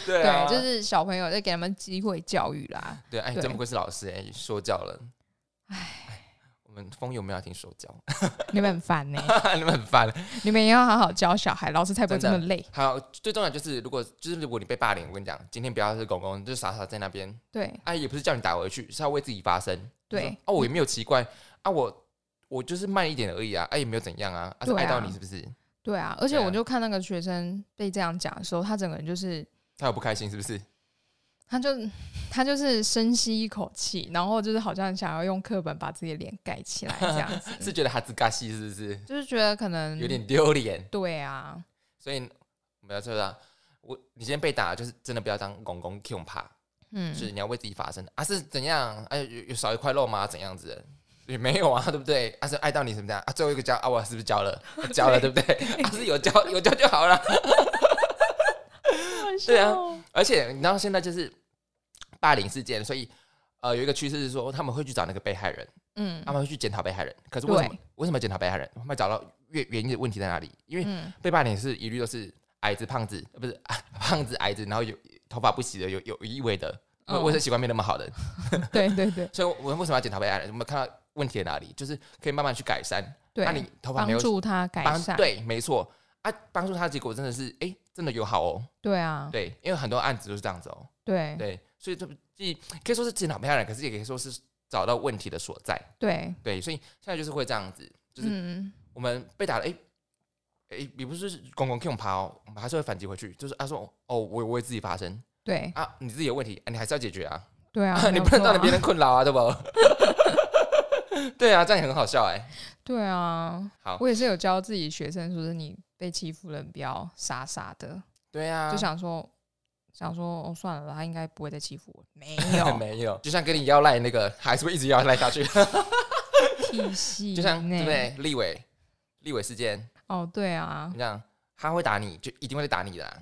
Speaker 1: 对啊，
Speaker 2: 对，就是小朋友在给他们机会教育啦，
Speaker 1: 对，哎，
Speaker 2: 对
Speaker 1: 真不愧是老师，哎，说教了，哎，我们风友没有要听说教，
Speaker 2: 你们很烦呢、
Speaker 1: 你们很烦。
Speaker 2: 你们也要好好教小孩，老师才不会这
Speaker 1: 真
Speaker 2: 么
Speaker 1: 的
Speaker 2: 累，
Speaker 1: 还有最重要就是，如果就是如果你被霸凌，我跟你讲，今天不要是公公，就傻傻在那边，
Speaker 2: 对
Speaker 1: 啊，也不是叫你打回去，是要为自己发声。就
Speaker 2: 对嗯
Speaker 1: 说。啊，我也没有奇怪啊，我我就是慢一点而已啊，啊也没有怎样啊，啊是
Speaker 2: 对啊
Speaker 1: 爱到你是不是？
Speaker 2: 对啊，而且
Speaker 1: 对啊
Speaker 2: 我就看那个学生被这样讲的时候，他整个人就是，
Speaker 1: 他有不开心是不是？
Speaker 2: 他就 他就是深吸一口气，然后就是好像想要用课本把自己的脸盖起来这样子，
Speaker 1: 是觉得他自嘎西是不是？
Speaker 2: 就是觉得可能
Speaker 1: 有点丢脸，
Speaker 2: 对啊，
Speaker 1: 所以我们要知道，我你今天被打，就是真的不要当公公 Q 怕，
Speaker 2: 嗯，
Speaker 1: 就是你要为自己发声啊，是怎样？哎、有有少一块肉吗？怎样子的？也没有啊，对不对？啊，是爱到你什么样啊？最后一个交啊，我是不是交了？交了，对不对？啊，是有 交有交就好了。对啊而且你知道现在就是霸凌事件，所以呃有一个趋势是说他们会去找那个被害人，
Speaker 2: 嗯
Speaker 1: 他们会去检讨被害人。可是为什么
Speaker 2: 对
Speaker 1: 为什么检讨被害人？他们找到原原因的问题在哪里？因为
Speaker 2: 嗯，
Speaker 1: 被霸凌是一律都是矮子、胖子，呃不是、 啊胖子、矮子，然后有头发不洗的，有有有异味的，
Speaker 2: 哦
Speaker 1: 卫生习惯没那么好的。
Speaker 2: 对对对
Speaker 1: 所以我们为什么要检讨被害人？我们看到问题在哪里，就是可以慢慢去改善。
Speaker 2: 对，
Speaker 1: 那、你头发没
Speaker 2: 帮
Speaker 1: 有
Speaker 2: 助他改
Speaker 1: 帮
Speaker 2: 善，
Speaker 1: 对，没错啊，帮助他的结果真的是哎、真的有好哦。
Speaker 2: 对啊，
Speaker 1: 对，因为很多案子都是这样子哦。
Speaker 2: 对
Speaker 1: 对，所以这不既可以说是检讨被害人，可是也可以说是找到问题的所在。
Speaker 2: 对，
Speaker 1: 对，所以现在就是会这样子，就是
Speaker 2: 嗯，
Speaker 1: 我们被打了，哎、哎、也不是公公 Q 爬哦，我们还是会反击回去，就是他、说哦，我我会自己发声
Speaker 2: 对
Speaker 1: 啊，你自己有问题、啊，你还是要解决啊，
Speaker 2: 对啊，
Speaker 1: 你
Speaker 2: 没有
Speaker 1: 不能
Speaker 2: 错
Speaker 1: 造成
Speaker 2: 啊
Speaker 1: 别人困扰啊，对不？ 对啊，这样也很好笑哎、
Speaker 2: 对啊，
Speaker 1: 好
Speaker 2: 我也是有教自己学生说，是你被欺负了，你不要傻傻的，
Speaker 1: 对啊，
Speaker 2: 就想说想说哦算了啦，他应该不会再欺负我，没
Speaker 1: 很
Speaker 2: 有
Speaker 1: 没有，就像跟你要赖那个，还是会一直要赖下去，
Speaker 2: 嗯体系呢，
Speaker 1: 就像对不对？立委，立委事件，
Speaker 2: 哦对啊
Speaker 1: 你，样他会打你，就一定会打你的、啊，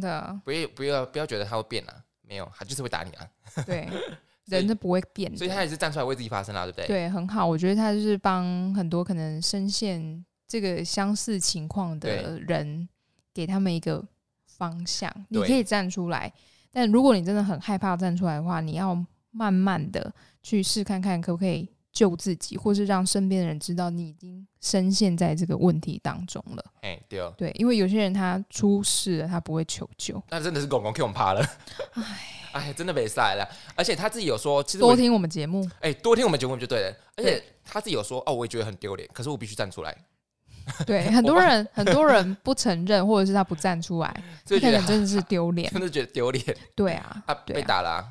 Speaker 2: 的
Speaker 1: 不要不要不要觉得他会变啊，没有，他就是会打你啊，
Speaker 2: 对，人是不会变
Speaker 1: 所以他
Speaker 2: 的，
Speaker 1: 啊也是站出来为自己发声啦、对不对？
Speaker 2: 对，很好，我觉得他就是帮很多可能深陷这个相似情况的人，给他们一个方向。你
Speaker 1: 对
Speaker 2: 可以站出来，但如果你真的很害怕站出来的话，你要慢慢的去试看看，可不可以救自己，或是让身边的人知道你已经深陷在这个问题当中了。
Speaker 1: 哎，对哦，
Speaker 2: 对，因为有些人他出事了，他不会求救。
Speaker 1: 那真的是公公 Q 我们怕了，哎，真的没赛了。而且他自己有说，其实我
Speaker 2: 多听我们节 目，
Speaker 1: 哎、多听我们节目就对了。而且
Speaker 2: 对
Speaker 1: 他自己有说，哦，我也觉得很丢脸，可是我必须站出来，
Speaker 2: 对很多人，很多人不承认，或者是他不站出来，
Speaker 1: 所
Speaker 2: 他
Speaker 1: 以觉
Speaker 2: 可
Speaker 1: 得
Speaker 2: 能真的是丢脸。
Speaker 1: 真的觉得丢脸
Speaker 2: 对啊，
Speaker 1: 啊，
Speaker 2: 对
Speaker 1: 被打了啊、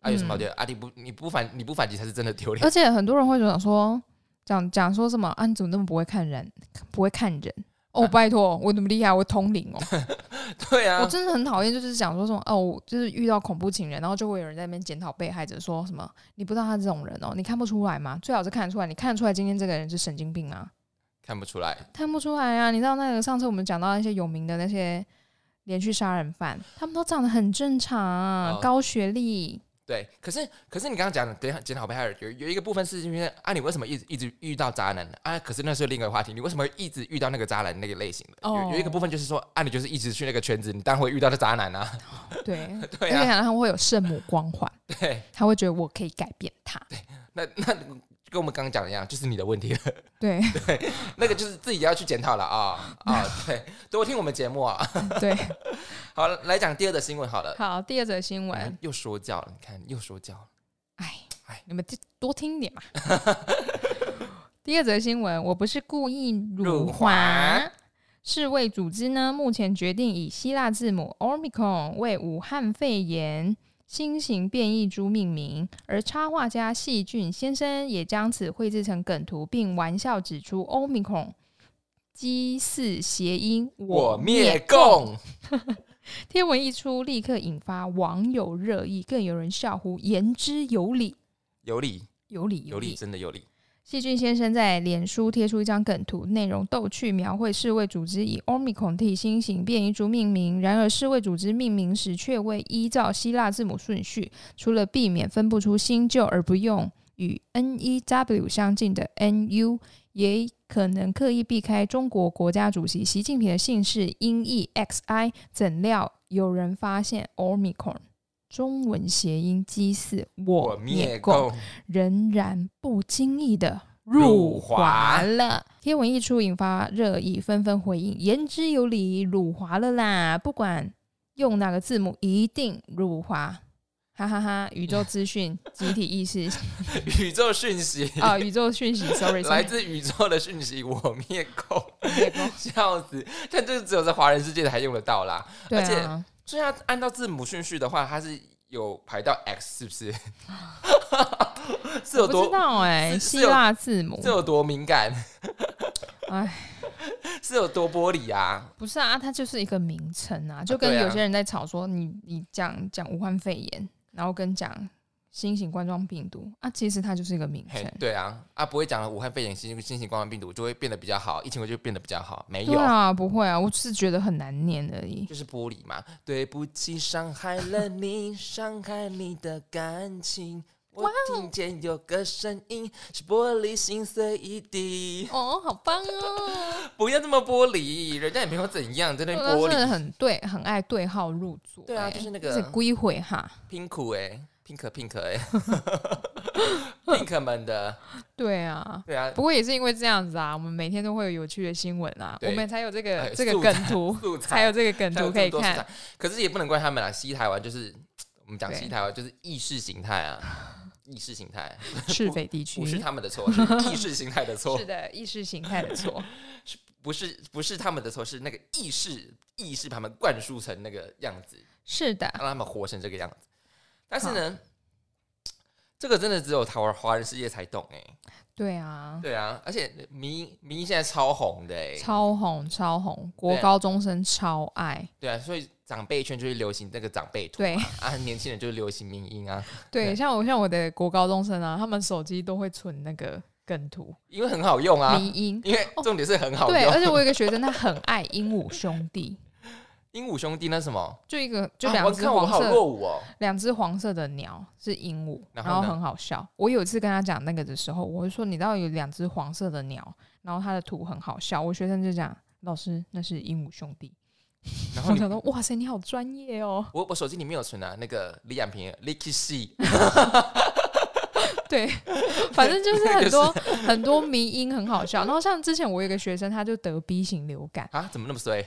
Speaker 1: 啊，有什么好
Speaker 2: 嗯
Speaker 1: 丢？啊，你不你不反你不反击才是真的丢脸
Speaker 2: 而。且很多人会想说，讲讲说什么啊？你怎么那么不会看人？不会看人哦，
Speaker 1: 啊
Speaker 2: 拜托，我那么厉害，我通灵哦。
Speaker 1: 对啊
Speaker 2: 我，真的很讨厌，就是讲说什么哦，我就是遇到恐怖情人，然后就会有人在那边检讨被害者，说什么你不知道他这种人哦，你看不出来吗？最好是看得出来，你看得出来今天这个人是神经病啊，
Speaker 1: 看不出来，
Speaker 2: 看不出来啊。你知道那个上次我们讲到那些有名的那些连续杀人犯，他们都长得很正常啊，
Speaker 1: 哦
Speaker 2: 高学历，
Speaker 1: 对。可是可是你刚刚讲的，等一下检讨被害人有有一个部分是因为啊，你为什么一直一直遇到渣男啊？可是那是另一个话题，你为什么会一直遇到那个渣男那个类型的？
Speaker 2: 哦
Speaker 1: 有有一个部分就是说啊，你就是一直去那个圈子，你当然会遇到的渣男啊。
Speaker 2: 对，
Speaker 1: 对
Speaker 2: 而且
Speaker 1: 啊，
Speaker 2: 他们会有圣母光环，
Speaker 1: 对，
Speaker 2: 他会觉得我可以改变他，
Speaker 1: 那那跟我们刚刚讲的一样，就是你的问题了。
Speaker 2: 对。
Speaker 1: 那个就是自己要去检讨了啊啊、对，多听我们节目啊。
Speaker 2: 对，
Speaker 1: 好，来讲第二则新闻好了。
Speaker 2: 好，第二则新
Speaker 1: 我
Speaker 2: 闻
Speaker 1: 们，又说教了，你看又说教了。
Speaker 2: 哎
Speaker 1: 哎
Speaker 2: 你们就多听一点嘛。第二则新闻，我不是故意辱
Speaker 1: 辱华
Speaker 2: 华。世卫组织呢，目前决定以希腊字母 Omicron 为武汉肺炎新型变异株命名，而插画家细菌先生也将此绘制成梗图，并玩笑指出 Omicron 基似谐音“
Speaker 1: 我灭共，
Speaker 2: 贴文一出，立刻引发网友热议，更有人笑呼言之有理，
Speaker 1: 有理
Speaker 2: 有理
Speaker 1: 有理，。真的有理。
Speaker 2: 细菌先生在脸书贴出一张梗图，内容逗趣描绘世卫组织以 Omicron 替新型变异株命名，然而世卫组织命名时却未依照希腊字母顺序，除了避免分不出新旧而不用与 NEW 相近的 NU，也可能刻意避开中国国家主席习近平的姓氏音译 XI，怎料有人发现 Omicron 中文谐音讥似
Speaker 1: 我
Speaker 2: 我
Speaker 1: 灭
Speaker 2: 灭共。
Speaker 1: 共，
Speaker 2: 仍然不经意的
Speaker 1: 入
Speaker 2: 入
Speaker 1: 华
Speaker 2: 华了。贴文一出，引发热议，纷纷回应：“言之有理，辱华了啦！不管用哪个字母，一定辱华。”哈哈哈！宇宙资讯、集体 意识
Speaker 1: 宇宙讯息。
Speaker 2: 啊、宇宙讯息，sorry，
Speaker 1: 来自宇宙的讯息，我灭共，笑死！但这只有在华人世界才用得到啦。
Speaker 2: 对
Speaker 1: 而且
Speaker 2: 啊，
Speaker 1: 所以它按照字母顺序的话，它是有排到 X，是不是？ 是有
Speaker 2: 我不知
Speaker 1: 多
Speaker 2: 道哎、
Speaker 1: 是是
Speaker 2: 希
Speaker 1: 有
Speaker 2: 腊字母
Speaker 1: 是，有多敏 感？
Speaker 2: 哎，
Speaker 1: 是有多玻璃啊？
Speaker 2: 不是啊，它就是一个名称啊，就跟
Speaker 1: 对啊
Speaker 2: 有些人在吵说你你讲讲武汉肺炎，然后跟讲新型冠状病毒啊，其实它就是一个名
Speaker 1: 嘿
Speaker 2: 称，。
Speaker 1: 对啊，啊，不会讲了武汉肺炎新新型冠状病毒就会变得比较好，疫情会就变得比较好，没
Speaker 2: 对
Speaker 1: 有，
Speaker 2: 啊，不会啊，我只是觉得很难念而已。
Speaker 1: 就是玻璃嘛。对不起，伤害了你， 伤害你的感情。我
Speaker 2: 哦
Speaker 1: 听见有个声音，是玻璃心碎一地。
Speaker 2: 哦，好棒哦！
Speaker 1: 不要这么玻璃，人家也没有怎样，在那边
Speaker 2: 我
Speaker 1: 玻
Speaker 2: 真的
Speaker 1: 璃
Speaker 2: 很对，很爱对号入座欸。
Speaker 1: 对啊就是那个
Speaker 2: 归回哈。
Speaker 1: pink 哎，pink pink 哎，pink 们的，
Speaker 2: 对啊，
Speaker 1: 对啊，
Speaker 2: 不过也是因为这样子啊，我们每天都会有有趣的新闻啊，
Speaker 1: 对
Speaker 2: 我们才有这
Speaker 1: 哎
Speaker 2: 个这个
Speaker 1: 素
Speaker 2: 梗
Speaker 1: 材
Speaker 2: 图，
Speaker 1: 素
Speaker 2: 才
Speaker 1: 材
Speaker 2: 有这个梗
Speaker 1: 才有
Speaker 2: 图
Speaker 1: 这
Speaker 2: 可以
Speaker 1: 么多素
Speaker 2: 看
Speaker 1: 材。。可是也不能怪他们啦，西台湾就是我们讲
Speaker 2: 对
Speaker 1: 西台湾就是意识形态啊， 意识形态
Speaker 2: 赤匪地区
Speaker 1: 不是他们的错， 是意识形态的错
Speaker 2: 是，的，意识形态的 错。
Speaker 1: 不是不是他们的错，是那个意识意识把他们灌输成那个样子，
Speaker 2: 是的，
Speaker 1: 让他们活成这个样子。但是呢，这个真的只有台湾华人世界才懂哎、
Speaker 2: 对啊，
Speaker 1: 对啊，而且迷迷现在超红的哎、
Speaker 2: 超红超红，国
Speaker 1: 对啊
Speaker 2: 高中生超爱。
Speaker 1: 对啊，所以长辈圈就是流行那个长辈图
Speaker 2: 对
Speaker 1: 啊，年轻人就是流行民音啊，对
Speaker 2: 对，像我像我的国高中生啊，他们手机都会存那个梗图、
Speaker 1: 因为很好用啊，
Speaker 2: 迷音。
Speaker 1: 因为重点是很好
Speaker 2: 哦对，而
Speaker 1: 用，
Speaker 2: 且我有一个学生，他很爱鹦鹉兄弟，
Speaker 1: 鹦鹉兄弟那什么，
Speaker 2: 就一个就
Speaker 1: 啊
Speaker 2: 两
Speaker 1: 我
Speaker 2: 只
Speaker 1: 看我
Speaker 2: 黄
Speaker 1: 好
Speaker 2: 色，
Speaker 1: 落伍哦，
Speaker 2: 两只黄色的鸟是鹦鹉，
Speaker 1: 然
Speaker 2: 然
Speaker 1: 后呢
Speaker 2: 后很好笑。我有一次跟他讲那个的时候，我就说你到底有两只黄色的鸟，然后它的图很好笑。我学生就讲老师那是鹦鹉兄弟，
Speaker 1: 然后
Speaker 2: 我
Speaker 1: 你
Speaker 2: 想说哇塞你好专业 哦，
Speaker 1: 我我手机里面有存啊，那个李养平 Licky C，
Speaker 2: 对，反正就是
Speaker 1: 那个
Speaker 2: 很多很多迷音很好笑。然后像之前我有一个学生，他就得 B 型流感，
Speaker 1: 啊，怎么那么衰？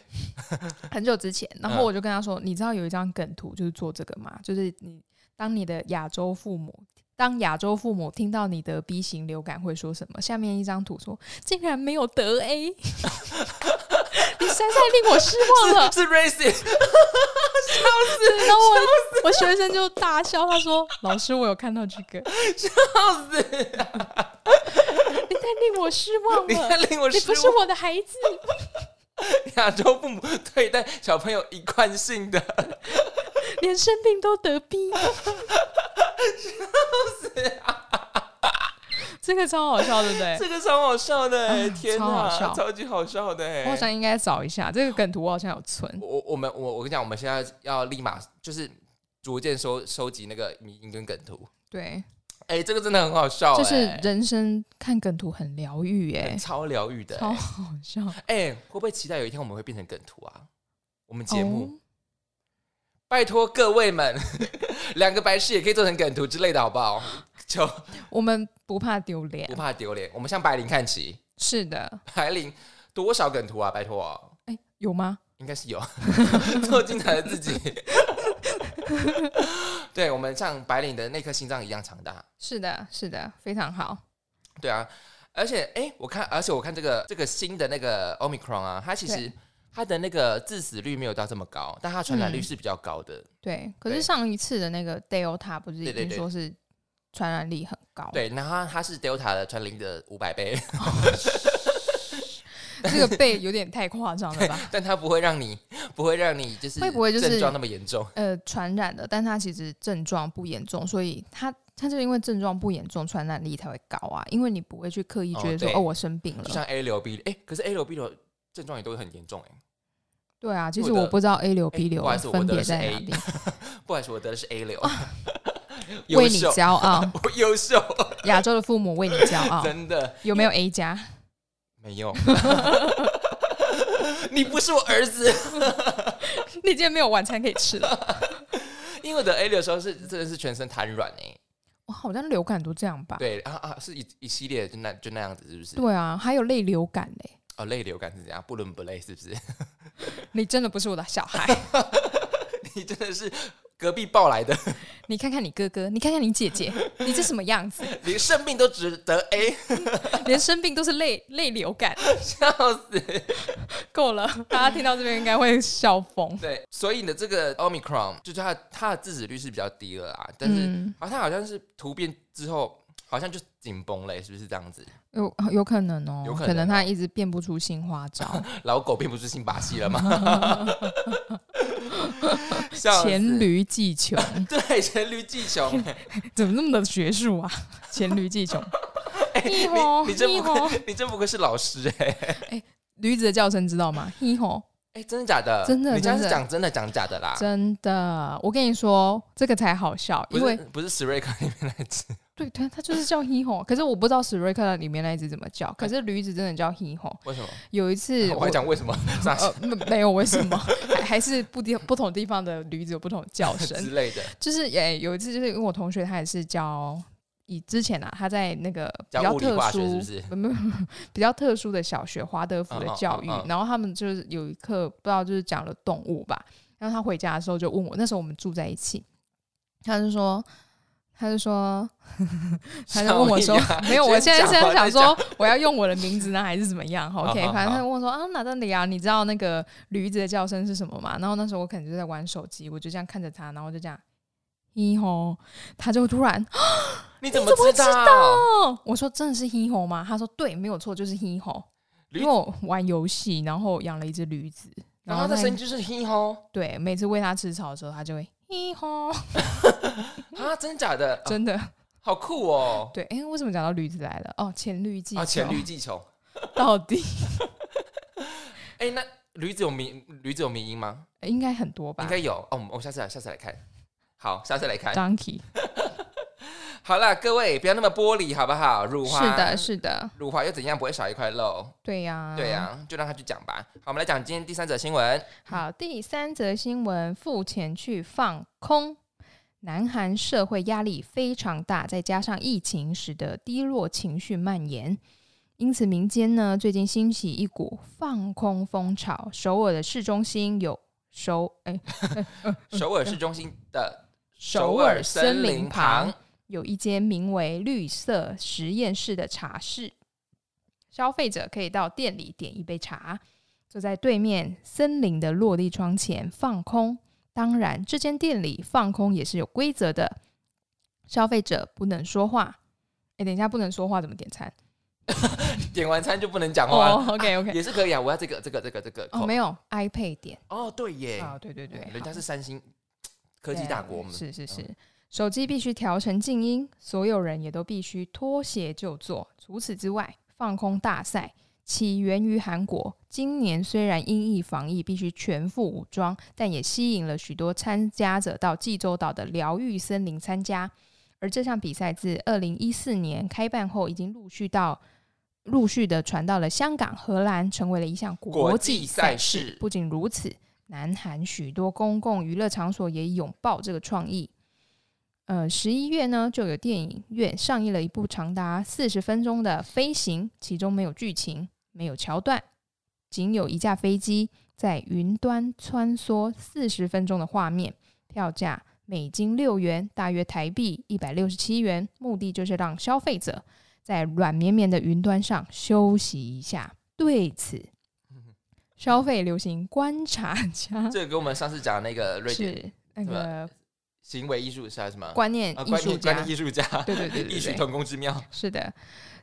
Speaker 2: 很久之前，然
Speaker 1: 嗯
Speaker 2: 后我就跟他说，你知道有一张梗图就是做这个吗？就是你当你的亚洲父母。当亚洲父母听到你得 B 型流感会说什么？下面一张图说，竟然没有得 A，你 实在太令我失望 了。
Speaker 1: 是 racist，
Speaker 2: 对然后我我学生就大笑，他说：“老师，我有看到这个，
Speaker 1: 笑死！
Speaker 2: 你太令我失望
Speaker 1: 你
Speaker 2: 了，
Speaker 1: 看令我
Speaker 2: 你
Speaker 1: 失
Speaker 2: 不是
Speaker 1: 望。
Speaker 2: 我的孩子。”
Speaker 1: 亚洲父母对待小朋友一贯性的，
Speaker 2: 连生病都得 B，这个超好笑，对不对？
Speaker 1: 这个超好笑的、欸，
Speaker 2: 啊
Speaker 1: 天
Speaker 2: 超好
Speaker 1: 哪，
Speaker 2: 笑
Speaker 1: 超级好笑的、欸，
Speaker 2: 我好像应该找一下这个梗图，我好像有存。
Speaker 1: 我我们我我跟你讲，我们现在要立马就是逐渐收收集那个迷音跟梗图。
Speaker 2: 对，
Speaker 1: 哎、这个真的很好笑、欸，
Speaker 2: 就是人生看梗图很疗愈耶，
Speaker 1: 超疗愈的、
Speaker 2: 超
Speaker 1: 欸。
Speaker 2: 好笑。
Speaker 1: 哎、会不会期待有一天我们会变成梗图啊？我们节目、
Speaker 2: 哦，
Speaker 1: 拜托各位们， 两个白痴也可以做成梗图之类的，好不好？ 就
Speaker 2: 我们不怕丢脸
Speaker 1: 不，怕丢脸。我们向白灵看齐，
Speaker 2: 是的。
Speaker 1: 白灵多少梗图啊？拜托、
Speaker 2: 哎，有吗？
Speaker 1: 应该是有 做精彩的自己。 对，我们像白领的那颗心脏一样强大。
Speaker 2: 是的，是的，非常好。
Speaker 1: 对啊，而且哎、诶我看，而且我看这个这个新的那个 Omicron 啊，它其实
Speaker 2: 对
Speaker 1: 它的那个致死率没有到这么高，但它传染率
Speaker 2: 嗯
Speaker 1: 是比较高的。
Speaker 2: 对，可
Speaker 1: 对
Speaker 2: 是上一次的那个 Delta 不是
Speaker 1: 对
Speaker 2: 已
Speaker 1: 对
Speaker 2: 经
Speaker 1: 对
Speaker 2: 说是传染力很高？，
Speaker 1: 对，然后它它是 Delta 的传染率的五百倍，
Speaker 2: 这个被有点太夸 张了吧？
Speaker 1: 但它不会让你不会让你就是
Speaker 2: 会不会就是
Speaker 1: 症状那么严重？
Speaker 2: 呃传染的，但它其实症状不严重，所以它它就因为症状不严重，传染力才会高啊。因为你不会去刻意
Speaker 1: 哦
Speaker 2: 觉得说
Speaker 1: 对
Speaker 2: 哦我生病了
Speaker 1: 就，像 A 流 B，哎、可是 A 流 B 流症状也都很严重哎、
Speaker 2: 对啊。其实
Speaker 1: 我的
Speaker 2: 我不知道 A 流
Speaker 1: 哎
Speaker 2: B 流
Speaker 1: 不好意思我
Speaker 2: 分
Speaker 1: 得
Speaker 2: 别
Speaker 1: 的是
Speaker 2: 在
Speaker 1: A
Speaker 2: 哪 边，
Speaker 1: 不然说我得的是 A 流， 优
Speaker 2: 为你
Speaker 1: 秀，
Speaker 2: 骄傲，
Speaker 1: 我优秀，
Speaker 2: 亚洲的父母为你骄傲。
Speaker 1: 真的
Speaker 2: 有没有 A 加？
Speaker 1: 没有。 你不是我儿子，
Speaker 2: 你今天没有晚餐可以吃了。
Speaker 1: 因为我得 A 流的时候是真的是全身瘫软哎、
Speaker 2: 哇，好像流感都这样吧？
Speaker 1: 对啊啊，是一一系列就那就那样子，是不是？
Speaker 2: 对啊，还有类流感嘞、
Speaker 1: 哦，泪流感是怎样？不伦不类，是不 是？
Speaker 2: 你真的不是我的小孩，
Speaker 1: 你真的是隔壁抱来的，
Speaker 2: 你看看你哥哥，你看看你姐姐，你这什么样子？
Speaker 1: 连生病都只得 A，
Speaker 2: 连生病都是类类流感。
Speaker 1: 笑死！
Speaker 2: 够了，大家听到这边应该会笑疯。
Speaker 1: 对，所以呢，这个 Omicron 就是它它的致死率是比较低了啊，但是
Speaker 2: 嗯、
Speaker 1: 好像好像是突变之后，好像就紧绷了，是不是这样子？
Speaker 2: 有有可能哦，
Speaker 1: 有可能哦
Speaker 2: 他一直变不出新花招，
Speaker 1: 老狗变不出新把戏了 吗？笑死
Speaker 2: 黔驴技穷，
Speaker 1: 对黔驴技穷，
Speaker 2: 怎么那么的学术啊？ 黔驴技穷，
Speaker 1: 哎
Speaker 2: 一吼
Speaker 1: 你你真不
Speaker 2: 一吼
Speaker 1: 愧 你真不愧是老师哎、
Speaker 2: 驴子的叫声知道 吗？嘿吼，
Speaker 1: 哎、真的假的？
Speaker 2: 真的
Speaker 1: 你家
Speaker 2: 真
Speaker 1: 是
Speaker 2: 的
Speaker 1: 讲真的讲假的啦？
Speaker 2: 真的，我跟你说，这个才好笑，
Speaker 1: 不
Speaker 2: 因
Speaker 1: 是
Speaker 2: 为
Speaker 1: 不是史瑞克里面那只，
Speaker 2: 对对，它就是叫嘿吼，可是我不知道史瑞克里面那一只怎么叫，可是驴子真的叫嘿吼。
Speaker 1: 为什么？
Speaker 2: 有一次
Speaker 1: 啊我还讲为什么啥
Speaker 2: 呃没没有为什么， 还还是不地不同地方的驴子有不同的叫 声，
Speaker 1: 之类的，
Speaker 2: 就是也有一次，就是因为我同学他也是教以之前啊，他在那个比
Speaker 1: 教
Speaker 2: 较
Speaker 1: 物理
Speaker 2: 特
Speaker 1: 化学是
Speaker 2: 殊，
Speaker 1: 不是
Speaker 2: 不不不比较特殊的小学华德福的
Speaker 1: 嗯嗯
Speaker 2: 教育，
Speaker 1: 嗯嗯
Speaker 2: 然后他们就是有一课不知道就是讲了动物吧，然后他回家的时候就问我，那时候我们住在一起，他就说。他就说，他就问我
Speaker 1: 笑
Speaker 2: 说
Speaker 1: 屁啊：“
Speaker 2: 没有，我现在是
Speaker 1: 先讲
Speaker 2: 在
Speaker 1: 完再
Speaker 2: 想说，我要用我的名字呢，还是怎么样好？OK，
Speaker 1: 好好
Speaker 2: 反正他
Speaker 1: 好
Speaker 2: 就问我说：啊，哪到里啊？你知道那个驴子的叫声是什么吗？然后那时候我可能就在玩手机，我就这样看着他，然后我就这样，嘿吼，他就突然
Speaker 1: 你怎么知道？
Speaker 2: 哦，我说真的是嘿吼吗？他说对，没有错，就是嘿吼。
Speaker 1: 驴
Speaker 2: 因为我玩游戏，然后养了一只驴子，
Speaker 1: 然后它
Speaker 2: 那
Speaker 1: 声音就是嘿吼
Speaker 2: 对，每次喂它吃草的时候，它就会嘿 吼，
Speaker 1: 啊，真的假的？啊
Speaker 2: 真的、
Speaker 1: 好酷哦！
Speaker 2: 对。哎、为什么讲到驴子来 了？哦，黔驴技
Speaker 1: 啊，
Speaker 2: 穷，
Speaker 1: 黔驴技穷。
Speaker 2: 到底
Speaker 1: 哎，那驴子有迷驴子有迷音吗？
Speaker 2: 呃应该很多吧
Speaker 1: 应该有哦，我们我们下次来下次来看。好，下次来看。
Speaker 2: ？Donkey，
Speaker 1: 好啦，各位不要那么玻璃好不好？入花
Speaker 2: 是的，，是啊的，
Speaker 1: 入花又怎样？不会少一块肉。
Speaker 2: 对呀、
Speaker 1: 对呀、、就让他去讲吧。好，我们来讲今天第三则新闻。
Speaker 2: 好，第三则新闻：付钱去放空。南韩社会压力非常大，再加上疫情使得低落情绪蔓延，因此民间呢最近兴起一股放空风潮。首尔的市中心有首哎、
Speaker 1: 首尔市中心的
Speaker 2: 首尔森林旁
Speaker 1: 旁，
Speaker 2: 有一间名为“绿色实验室”的茶室，消费者可以到店里点一杯茶，坐在对面森林的落地窗前放空。当然，这间店里放空也是有规则的，消费者不能说话。哎，等一下，不能说话怎么点餐？
Speaker 1: 点完餐就不能讲话了、
Speaker 2: ，OK 哦 OK，
Speaker 1: 哦也是可以啊。我要这个这个这个这个
Speaker 2: 哦，
Speaker 1: 口
Speaker 2: 没有 iPad 点
Speaker 1: 哦，对耶，
Speaker 2: 啊，对对对，
Speaker 1: 人家
Speaker 2: 好
Speaker 1: 是三星科技大国，嗯我们
Speaker 2: 是是是，手机必须调成静音，所有人也都必须脱鞋就坐。除此之外，放空大赛起源于韩国，今年虽然因疫防疫必须全副武装，但也吸引了许多参加者到济州岛的疗愈森林参加。而这项比赛自二零一四年开办后，已经陆续到陆续的传到了香港、荷兰，成为了一项
Speaker 1: 国
Speaker 2: 国
Speaker 1: 际
Speaker 2: 际
Speaker 1: 赛
Speaker 2: 赛
Speaker 1: 事
Speaker 2: 事。不仅如此，南韩许多公共娱乐场所也拥抱这个创意。呃，十一月呢，就有电影院上映了一部长达四十分钟的《飞行》，其中没有剧情，没有桥段，仅有一架飞机在云端穿梭四十分钟的画面。票价美金六元，大约台币一百六十七元，目的就是让消费者在软绵绵的云端上休息一下。对此，
Speaker 1: 嗯
Speaker 2: 消费流行观察 家
Speaker 1: 这个跟我们上次讲的那个瑞典
Speaker 2: 是那
Speaker 1: 对
Speaker 2: 个
Speaker 1: 行为艺术是还是什么？
Speaker 2: 观念
Speaker 1: 啊，
Speaker 2: 艺
Speaker 1: 观
Speaker 2: 术
Speaker 1: 念
Speaker 2: 家
Speaker 1: 观念， 艺术家，
Speaker 2: 对对对对
Speaker 1: 异曲
Speaker 2: 对
Speaker 1: 同工之妙。
Speaker 2: 是的，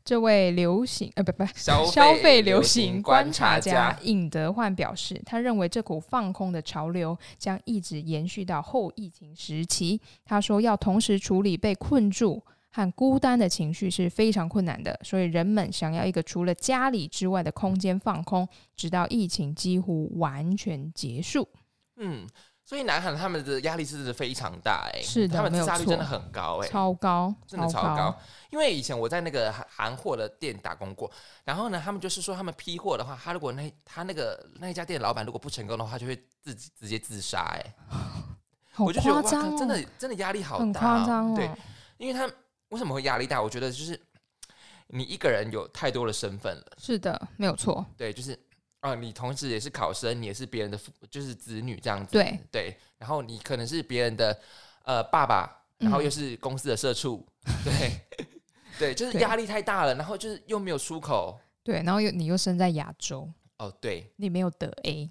Speaker 2: 这位流行呃不不
Speaker 1: 消
Speaker 2: 消费
Speaker 1: 流
Speaker 2: 流行观
Speaker 1: 观
Speaker 2: 察家
Speaker 1: 家，
Speaker 2: 尹德焕表示，他认为这股放空的潮流将一直延续到后疫情时期。他说，要同时处理被困住和孤单的情绪是非常困难的，所以人们想要一个除了家里之外的空间放空，直到疫情几乎完全结束。
Speaker 1: 嗯。所以南韩他们的压力真的非常大、哎，
Speaker 2: 是的
Speaker 1: 他们自杀率
Speaker 2: 没有错
Speaker 1: 真的很高、哎，
Speaker 2: 超高，
Speaker 1: 真的超
Speaker 2: 高，
Speaker 1: 高。因为以前我在那个韩韩货的店打工过，然后呢，他们就是说他们批货的话，他如果那他那个那一家店的老板如果不成功的话，他就会自己直接自杀、哎、
Speaker 2: 好
Speaker 1: 我就觉得哇
Speaker 2: 夸
Speaker 1: 靠
Speaker 2: 张、哦，
Speaker 1: 真的真的压力好
Speaker 2: 很
Speaker 1: 大、
Speaker 2: 夸张哦。
Speaker 1: 对，因为他为什么会压力大？我觉得就是你一个人有太多的身份了，
Speaker 2: 是的，没有错，
Speaker 1: 对，就是啊、你同时也是考生，你也是别人的父，就是子女这样子，
Speaker 2: 对，
Speaker 1: 对，然后你可能是别人的呃爸爸，然
Speaker 2: 嗯
Speaker 1: 后又是公司的社畜，对 对，就是
Speaker 2: 对
Speaker 1: 压力太大了，然后就是又没有出口。
Speaker 2: 对，然后又你又生在亚洲，
Speaker 1: 哦，对，
Speaker 2: 你没有得 A，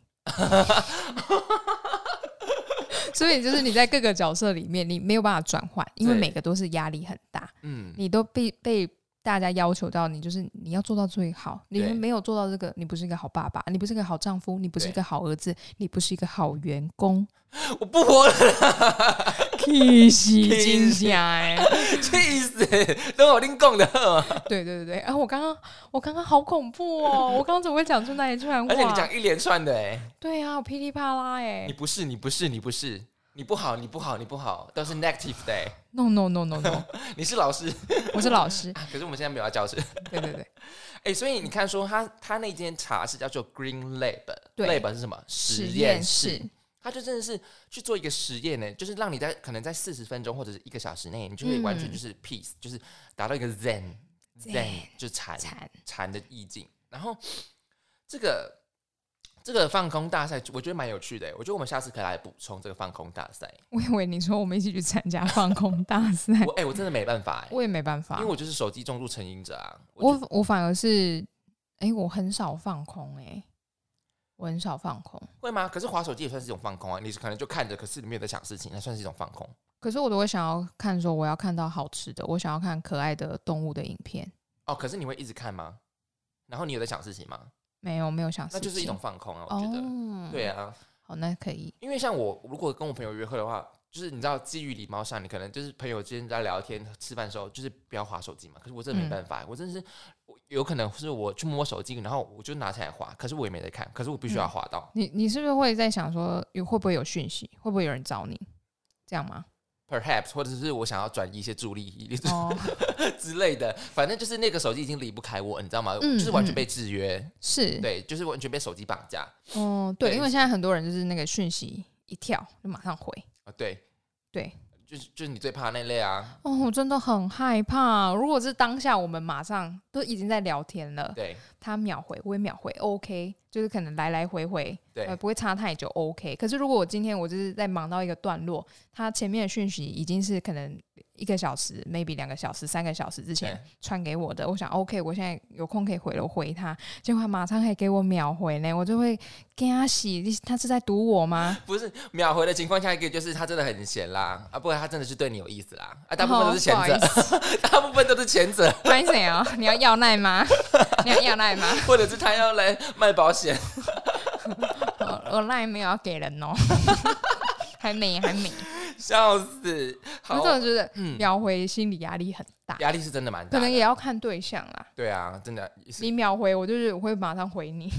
Speaker 2: 所以就是你在各个角色里面，你没有办法转换，因为
Speaker 1: 对
Speaker 2: 每个都是压力很大，
Speaker 1: 嗯，
Speaker 2: 你都被被大家要求到你，就是你要做到最好，你
Speaker 1: 对
Speaker 2: 没有做到这个，你不是一个好爸爸，你不是一个好丈夫，你不是一
Speaker 1: 对
Speaker 2: 个好儿子，你不是一个好员 工，
Speaker 1: 我不活了，
Speaker 2: 气死
Speaker 1: 真
Speaker 2: 惊哎！
Speaker 1: 气死！等我拎供的，
Speaker 2: 对对对对，啊，我刚刚我刚刚好恐怖哦，我刚刚怎么会讲出那一串话？
Speaker 1: 而且你讲一连串的，哎，
Speaker 2: 对啊，我噼里啪啦哎
Speaker 1: 你不是，你不是，你不是，你不好，你不好，你不好，都是 negative 的，哎，
Speaker 2: ，no no no no no，
Speaker 1: 你是老师，
Speaker 2: 我是老师，
Speaker 1: 可是我们现在没有要教室，
Speaker 2: 对对对。
Speaker 1: 哎、所以你看说他他那间茶是叫做 Green Lab，Lab
Speaker 2: 对
Speaker 1: 是什么？实
Speaker 2: 实
Speaker 1: 验
Speaker 2: 验
Speaker 1: 室
Speaker 2: 室。，
Speaker 1: 他就真的是去做一个实验呢，就是让你在可能在四十分钟或者是一个小时内，你就可以完全
Speaker 2: 嗯
Speaker 1: 就是 peace，、就是达到一个 zen
Speaker 2: Zen，
Speaker 1: zen 就是禅
Speaker 2: 惨
Speaker 1: 禅的意境。然后这个这个放空大赛，我觉得蛮有趣的。我觉得我们下次可以来补充这个放空大赛。
Speaker 2: 我以为你说我们一起去参加放空大赛，
Speaker 1: 我哎、我真的没办法哎，
Speaker 2: 我也没办
Speaker 1: 因
Speaker 2: 法
Speaker 1: 为。我就是手机重度成瘾者啊。我就
Speaker 2: 我我反而是，哎、我很少放空、哎，我很少放空，
Speaker 1: 会吗？可是滑手机也算是一种放空啊，你是可能就看着，可是你没有在想事情，那算是一种放空。
Speaker 2: 可是我都会想要看说我要看到好吃的，我想要看可爱的动物的影片，
Speaker 1: 哦，可是你会一直看吗？然后你有在想事情吗？
Speaker 2: 没有没有想事
Speaker 1: 那
Speaker 2: 情，
Speaker 1: 就是一种放空啊，我觉得。
Speaker 2: 哦，
Speaker 1: 对，啊，
Speaker 2: 好，那可以，
Speaker 1: 因为像我如果跟我朋友约会的话，就是你知道基于礼貌上，你
Speaker 2: 嗯
Speaker 1: 可能就是朋友之间在聊天、吃饭的时候，就是不要划手机嘛。可是我真的没办法，我真的是我有可能是我去摸手机，然后我就拿起来滑，可是我也没在看，可是我必须
Speaker 2: 嗯
Speaker 1: 要滑到。
Speaker 2: 你你是不是会在想说，有会不会有讯息，会不会有人找你，这样 吗？
Speaker 1: Perhaps，或者是我想要转移一些注意力
Speaker 2: 哦，
Speaker 1: 之类的，反正就是那个手机已经离不开我，你知道吗？
Speaker 2: 嗯
Speaker 1: 就是完全
Speaker 2: 嗯
Speaker 1: 被制约，
Speaker 2: 是，
Speaker 1: 对，就是完全被手机绑架。
Speaker 2: 哦，对，
Speaker 1: 对
Speaker 2: 因为现在很多人就是那个讯息一跳就马上回，
Speaker 1: 啊，对，
Speaker 2: 对，
Speaker 1: 就是就是你最怕那类啊，
Speaker 2: 哦，我真的很害怕。如果是当下我们马上都已经在聊天了，
Speaker 1: 对
Speaker 2: 他秒回我也秒回，OK，就是可能来来回回，
Speaker 1: 对
Speaker 2: 呃，不会差太久，OK。可是如果我今天我就是在忙到一个段落，他前面的讯息已经是可能一个小时，maybe 两个小时、三个小时之前
Speaker 1: 对
Speaker 2: 传给我的，我想 OK，我现在有空可以回了，我回他，结果他马上还给我秒回呢，我就会跟他洗，你他是在堵我吗？
Speaker 1: 不是秒回的情况下，一个就是他真的很闲啦，啊，不然他真的是对你有意思啦，啊，大部分都是前
Speaker 2: 哦不好意
Speaker 1: 者， 大部分都是前者，
Speaker 2: 拍谁啊？你要要赖吗？ 你要要赖吗？
Speaker 1: 或者是他要来卖保险，
Speaker 2: 我
Speaker 1: 呃
Speaker 2: 我赖没有要给人 哦，还没还没。
Speaker 1: 笑死，
Speaker 2: 我
Speaker 1: 好
Speaker 2: 真，的觉得
Speaker 1: 嗯，
Speaker 2: 秒回心理压力很大，
Speaker 1: 压力是真的蛮
Speaker 2: 可
Speaker 1: 大
Speaker 2: 能
Speaker 1: 的，
Speaker 2: 也要看对象啦。
Speaker 1: 对啊，真的也是
Speaker 2: 你秒回我就是我会马上回你，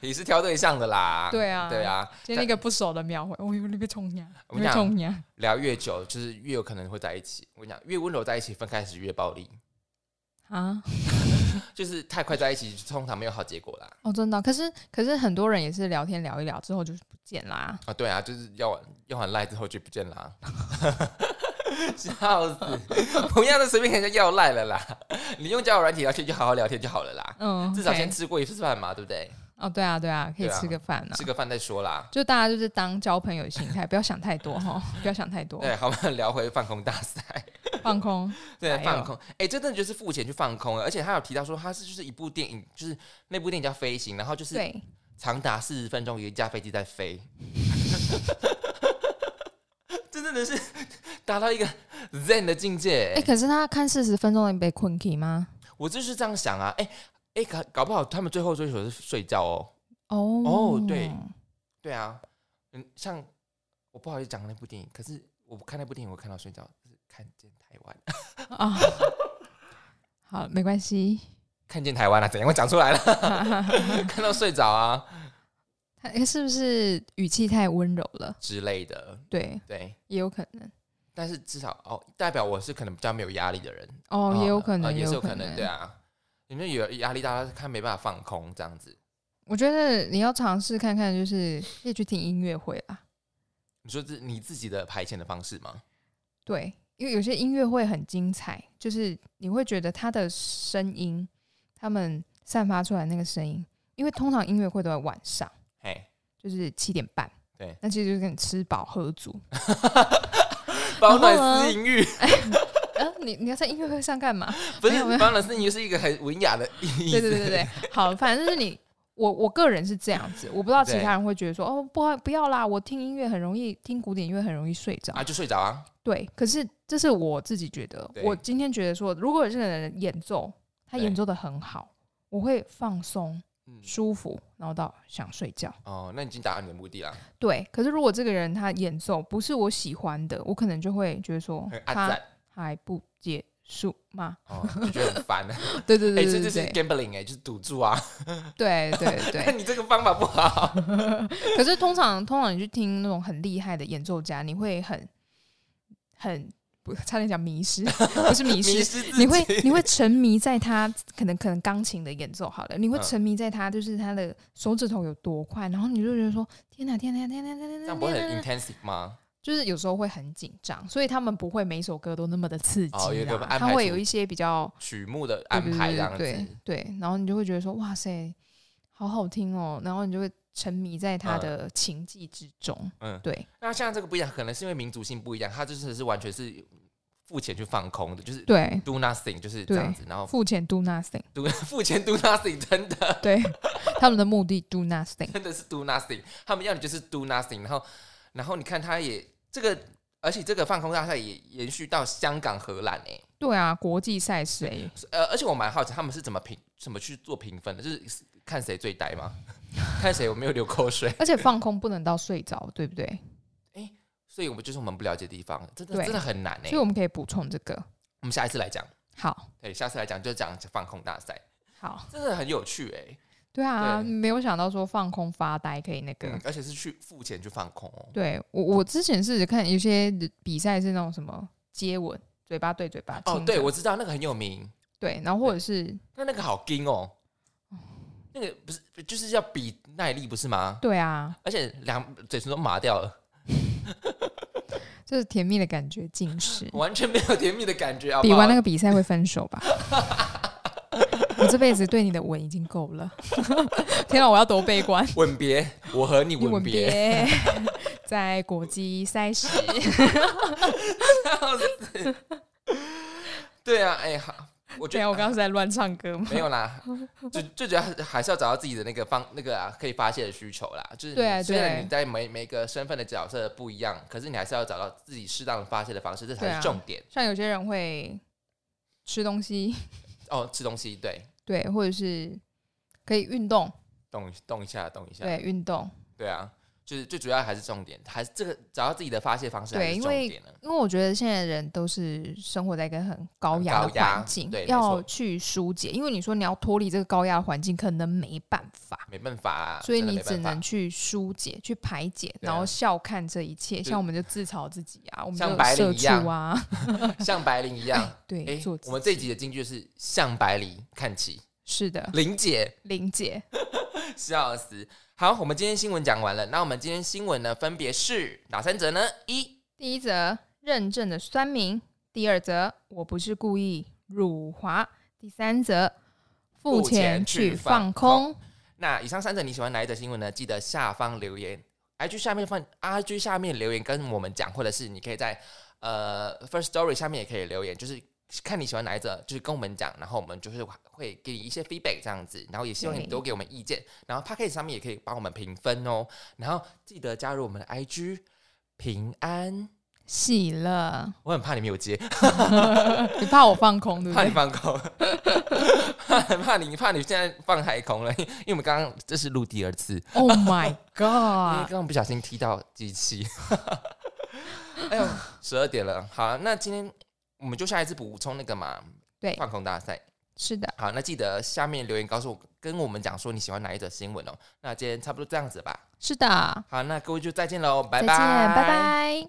Speaker 1: 也是挑对象的啦，
Speaker 2: 对啊
Speaker 1: 对啊，
Speaker 2: 就那个不熟的秒回，我有你被冲呀，
Speaker 1: 我跟你
Speaker 2: 你被
Speaker 1: 讲
Speaker 2: 冲呀，
Speaker 1: 聊越久就是越有可能会在一起，我跟你讲，越温柔在一起，分开时越暴力，
Speaker 2: 啊！
Speaker 1: 就是太快在一起，通常没有好结果啦，
Speaker 2: 哦，真的，可是可是很多人也是聊天聊一聊之后就是不见啦。
Speaker 1: 啊，对啊，就是要用完赖之后就不见了、啊，, 笑死！不要再随便跟人家要赖了啦。你用交友软体聊天就好好聊天就好了啦，
Speaker 2: 嗯，
Speaker 1: 至少先
Speaker 2: OK
Speaker 1: 吃过一次饭嘛，对不对？
Speaker 2: 哦，对啊对啊，可以
Speaker 1: 对啊
Speaker 2: 吃个饭啊
Speaker 1: 吃。个饭再说啦。
Speaker 2: 就大家就是当交朋友的心态，不要想太多哈，不要想太多，
Speaker 1: 对，好，我们聊回放空大赛。
Speaker 2: 放空。
Speaker 1: 对
Speaker 2: 哎，呦
Speaker 1: 放空。哎、这真的就是付钱去放空了。而且他有提到说，他是就是一部电影，就是那部电影叫《飞行》，然后就是
Speaker 2: 对，
Speaker 1: 长达四十分钟，有一架飞机在飞。 这真的是达到一个 zen 的境界、欸
Speaker 2: 哎，可是他看四十分钟你被困 k 吗？
Speaker 1: 我就是这样想啊，哎、哎、搞搞不好他们最后追求的是睡觉哦。
Speaker 2: 哦
Speaker 1: 哦对对啊，嗯，像我不好意思讲那部电影，可是我看那部电影，我看到睡觉，就是看见台湾， 哦
Speaker 2: 啊， 好，没 关系。
Speaker 1: 看见台湾啊，怎样？我讲出 来了，看到睡着啊
Speaker 2: 他诶是不是语气太温柔了？
Speaker 1: 之类的，
Speaker 2: 对，
Speaker 1: 对。
Speaker 2: 也有可能
Speaker 1: 但是至少哦，代表我是可能比较没有压力的人，
Speaker 2: 哦，也有可
Speaker 1: 呃
Speaker 2: 能，
Speaker 1: 也是有
Speaker 2: 可
Speaker 1: 能，对。啊。因为有压力大，他看没办法放空这样子。
Speaker 2: 我觉得你要尝试看看，就是可以去听音乐会啦。
Speaker 1: 你说这你自己的排遣的方式吗？
Speaker 2: 对，因为有些音乐会很精彩，就是你会觉得他的声音，他们散发出来那个声音，因为通常音乐会都在晚上，
Speaker 1: 嘿，
Speaker 2: 就是七点半。
Speaker 1: 对，
Speaker 2: 那其实就是跟你吃饱喝足。
Speaker 1: 保
Speaker 2: 然后
Speaker 1: 暖
Speaker 2: 呢
Speaker 1: 私淫欲，
Speaker 2: 嗯、你你要在音乐会上干嘛？
Speaker 1: 不
Speaker 2: 没
Speaker 1: 是
Speaker 2: 有没有
Speaker 1: 保暖私淫欲是一个很文雅的意思。
Speaker 2: 对对对对对，好，反正就是你，我我个人是这样子，我不知道其
Speaker 1: 对
Speaker 2: 他人会觉得说，哦，不不要啦，我听音乐很容易，听古典音乐很容易睡着。
Speaker 1: 啊，就睡着啊。
Speaker 2: 对，可是这是我自己觉得
Speaker 1: 对，
Speaker 2: 我今天觉得说，如果有这个人演奏，他演
Speaker 1: 对
Speaker 2: 奏的很好，我会放松、
Speaker 1: 嗯，
Speaker 2: 舒服，然后到想睡觉。
Speaker 1: 哦，那你已经达到你的目的 了，
Speaker 2: 对，可是如果这个人他演奏不是我喜欢的，我可能就会觉得说
Speaker 1: 很，暗
Speaker 2: 他
Speaker 1: 赞
Speaker 2: 还不结束吗？
Speaker 1: 哦，就觉得很 烦。哎，
Speaker 2: 对对对
Speaker 1: 这
Speaker 2: 对
Speaker 1: 就是
Speaker 2: 对
Speaker 1: gambling 哎、就是赌注啊。
Speaker 2: 对对对
Speaker 1: 那。 你这个方法不好。
Speaker 2: 可是通常通常你去听那种很厉害的演奏家，你会很很不差点讲 迷失，不是迷
Speaker 1: 迷失
Speaker 2: 失。
Speaker 1: 自己，
Speaker 2: 你会你会沉迷在他可能可能钢琴的演奏好了，你会
Speaker 1: 嗯
Speaker 2: 沉迷在他就是他的手指头有多快，然后你就觉得说天哪天哪天哪天哪
Speaker 1: 这
Speaker 2: 天
Speaker 1: 样
Speaker 2: 哪
Speaker 1: 不会
Speaker 2: 天哪，
Speaker 1: 很
Speaker 2: 天哪
Speaker 1: intensive 吗？
Speaker 2: 就是有时候会很紧张，所以他们不会每首歌都那么的刺激
Speaker 1: 哦有一个
Speaker 2: 啦，
Speaker 1: 安
Speaker 2: 他
Speaker 1: 排
Speaker 2: 会
Speaker 1: 出
Speaker 2: 有一些比较
Speaker 1: 曲目的安排这样子，
Speaker 2: 对对对，然后你就会觉得说哇塞，好好听哦，然后你就会沉迷在他
Speaker 1: 嗯
Speaker 2: 的情境之中，
Speaker 1: 嗯。
Speaker 2: 对
Speaker 1: 那像这个不一样，可能是因为民族性不一样，它就是是完全是付钱去放空的，就是
Speaker 2: 对，
Speaker 1: do nothing，就是这样子，然后
Speaker 2: 付钱 do nothing，
Speaker 1: do 付钱 do nothing，真的
Speaker 2: 对，他们的目的 do nothing，
Speaker 1: 真的是 do nothing，他们要你就是 do nothing，然后然后你看他也这个，而且这个放空大赛也延续到香港、荷兰哎、
Speaker 2: 对啊，国际赛事哎，
Speaker 1: 呃，而且我蛮好奇他们是怎么评、怎么去做评分的，就是看谁最呆吗？ 看谁有没有流口水？
Speaker 2: 而且放空不能到睡着，对不对？
Speaker 1: 所以我们就是我们不了解的地方，真的
Speaker 2: 对
Speaker 1: 真的很难哎、
Speaker 2: 所以我们可以补充这个，
Speaker 1: 我们下一次来讲，
Speaker 2: 好
Speaker 1: 对，下次来讲就讲放空大赛，
Speaker 2: 好，
Speaker 1: 真的很有趣哎、
Speaker 2: 对啊，
Speaker 1: 对
Speaker 2: 没有想到说放空发呆可以那个。
Speaker 1: 嗯，而且是去付钱去放空哦。
Speaker 2: 啊对我，我之前试试看，有些比赛是那种什么接吻，嘴巴对嘴巴。
Speaker 1: 哦，
Speaker 2: 亲
Speaker 1: 对，
Speaker 2: 啊着
Speaker 1: 我知道那个很有名，
Speaker 2: 对，然后或者是
Speaker 1: 那那个好硬哦，那个不是就是要比耐力不是吗？
Speaker 2: 对啊，
Speaker 1: 而且两嘴唇都麻掉了，。
Speaker 2: 就是甜蜜的感觉尽失
Speaker 1: 完全没有甜蜜的感觉啊！
Speaker 2: 比完
Speaker 1: 个
Speaker 2: 那个比赛会分手吧。 我这辈子对你的吻已经够了。 天啊，我要多 悲观！
Speaker 1: 吻别，我和你
Speaker 2: 你吻
Speaker 1: 吻别，
Speaker 2: 别， 在国际赛事，
Speaker 1: 对啊，哎、好，我觉
Speaker 2: 对
Speaker 1: 得啊
Speaker 2: 啊，我刚刚是在乱唱歌吗？
Speaker 1: 没有啦，就最主要还还是要找到自己的那个方那个啊可以发泄的需求啦。就是你
Speaker 2: 对啊
Speaker 1: 虽然
Speaker 2: 对
Speaker 1: 你在每每个身份的角色不一样，可是你还是要找到自己适当的发泄的方式，这
Speaker 2: 对
Speaker 1: 才
Speaker 2: 啊
Speaker 1: 是重点。
Speaker 2: 像有些人会吃东西，
Speaker 1: 哦，吃东西，对，
Speaker 2: 对，或者是可以运动，
Speaker 1: 动动一下，动一下，
Speaker 2: 对，运动。
Speaker 1: 对啊，就是最主要还是重点，还是这个找到自己的发泄方式
Speaker 2: 对
Speaker 1: 还是
Speaker 2: 因
Speaker 1: 重
Speaker 2: 为
Speaker 1: 点呢。
Speaker 2: 因为我觉得现在的人都是生活在一个很高压的
Speaker 1: 很高压
Speaker 2: 环境
Speaker 1: 对没，错
Speaker 2: 要去疏解。因为你说你要脱离这个高压的环境，可能没办法。
Speaker 1: 没办法、啊，
Speaker 2: 所以
Speaker 1: 真的
Speaker 2: 你
Speaker 1: 没办
Speaker 2: 只
Speaker 1: 法
Speaker 2: 能去疏解、去排解，
Speaker 1: 对啊
Speaker 2: 然后笑看这一切。
Speaker 1: 就
Speaker 2: 像我们就自嘲自己啊，我们
Speaker 1: 像
Speaker 2: 就
Speaker 1: 白领
Speaker 2: 社
Speaker 1: 一样
Speaker 2: 畜啊，
Speaker 1: 像白灵一样。
Speaker 2: 对，
Speaker 1: 哎、
Speaker 2: 做自
Speaker 1: 我们这一集的金句是向白灵看 齐，
Speaker 2: 是的，
Speaker 1: 玲姐。
Speaker 2: 玲姐，
Speaker 1: 笑死！好，我们今天新闻讲完了，那我们今天新闻呢，分别是哪三则呢？一，
Speaker 2: 第一则认证的酸民，第二则我不是故意辱华，第三则付
Speaker 1: 付钱
Speaker 2: 钱
Speaker 1: 去
Speaker 2: 去
Speaker 1: 放
Speaker 2: 放空。
Speaker 1: 那以上三则你喜欢哪一则新闻呢？记得下方留言，IG 下面放 IG 下面留言跟我们讲，或者是你可以在呃 First Story 下面也可以留言，就是看你喜欢哪一则，就是跟我们讲，然后我们就是会给你一些 feedback 这样子，然后也希望你
Speaker 2: 对
Speaker 1: 多给我们意见，然后 p a c k a g e 上面也可以帮我们评分哦，然后记得加入我们的 IG 平安，
Speaker 2: 喜乐，
Speaker 1: 我很怕你没有接。
Speaker 2: 你怕我放空对不
Speaker 1: 怕你
Speaker 2: 对？
Speaker 1: 放空，怕怕你怕你现在放海空了，因为我们刚刚这是录第二次，因
Speaker 2: Oh my
Speaker 1: 为
Speaker 2: god！
Speaker 1: 刚刚不小心踢到机器。 哎呦，十二点了，好，那今天我们就下一次补充那个嘛，
Speaker 2: 对
Speaker 1: 放空大赛。
Speaker 2: 是的，
Speaker 1: 好，那记得下面留言告诉我，跟我们讲说你喜欢哪一则新闻哦。那今天差不多这样子吧。
Speaker 2: 是的，
Speaker 1: 好，那各位就再见喽，拜
Speaker 2: 再见，
Speaker 1: 拜，
Speaker 2: 拜拜。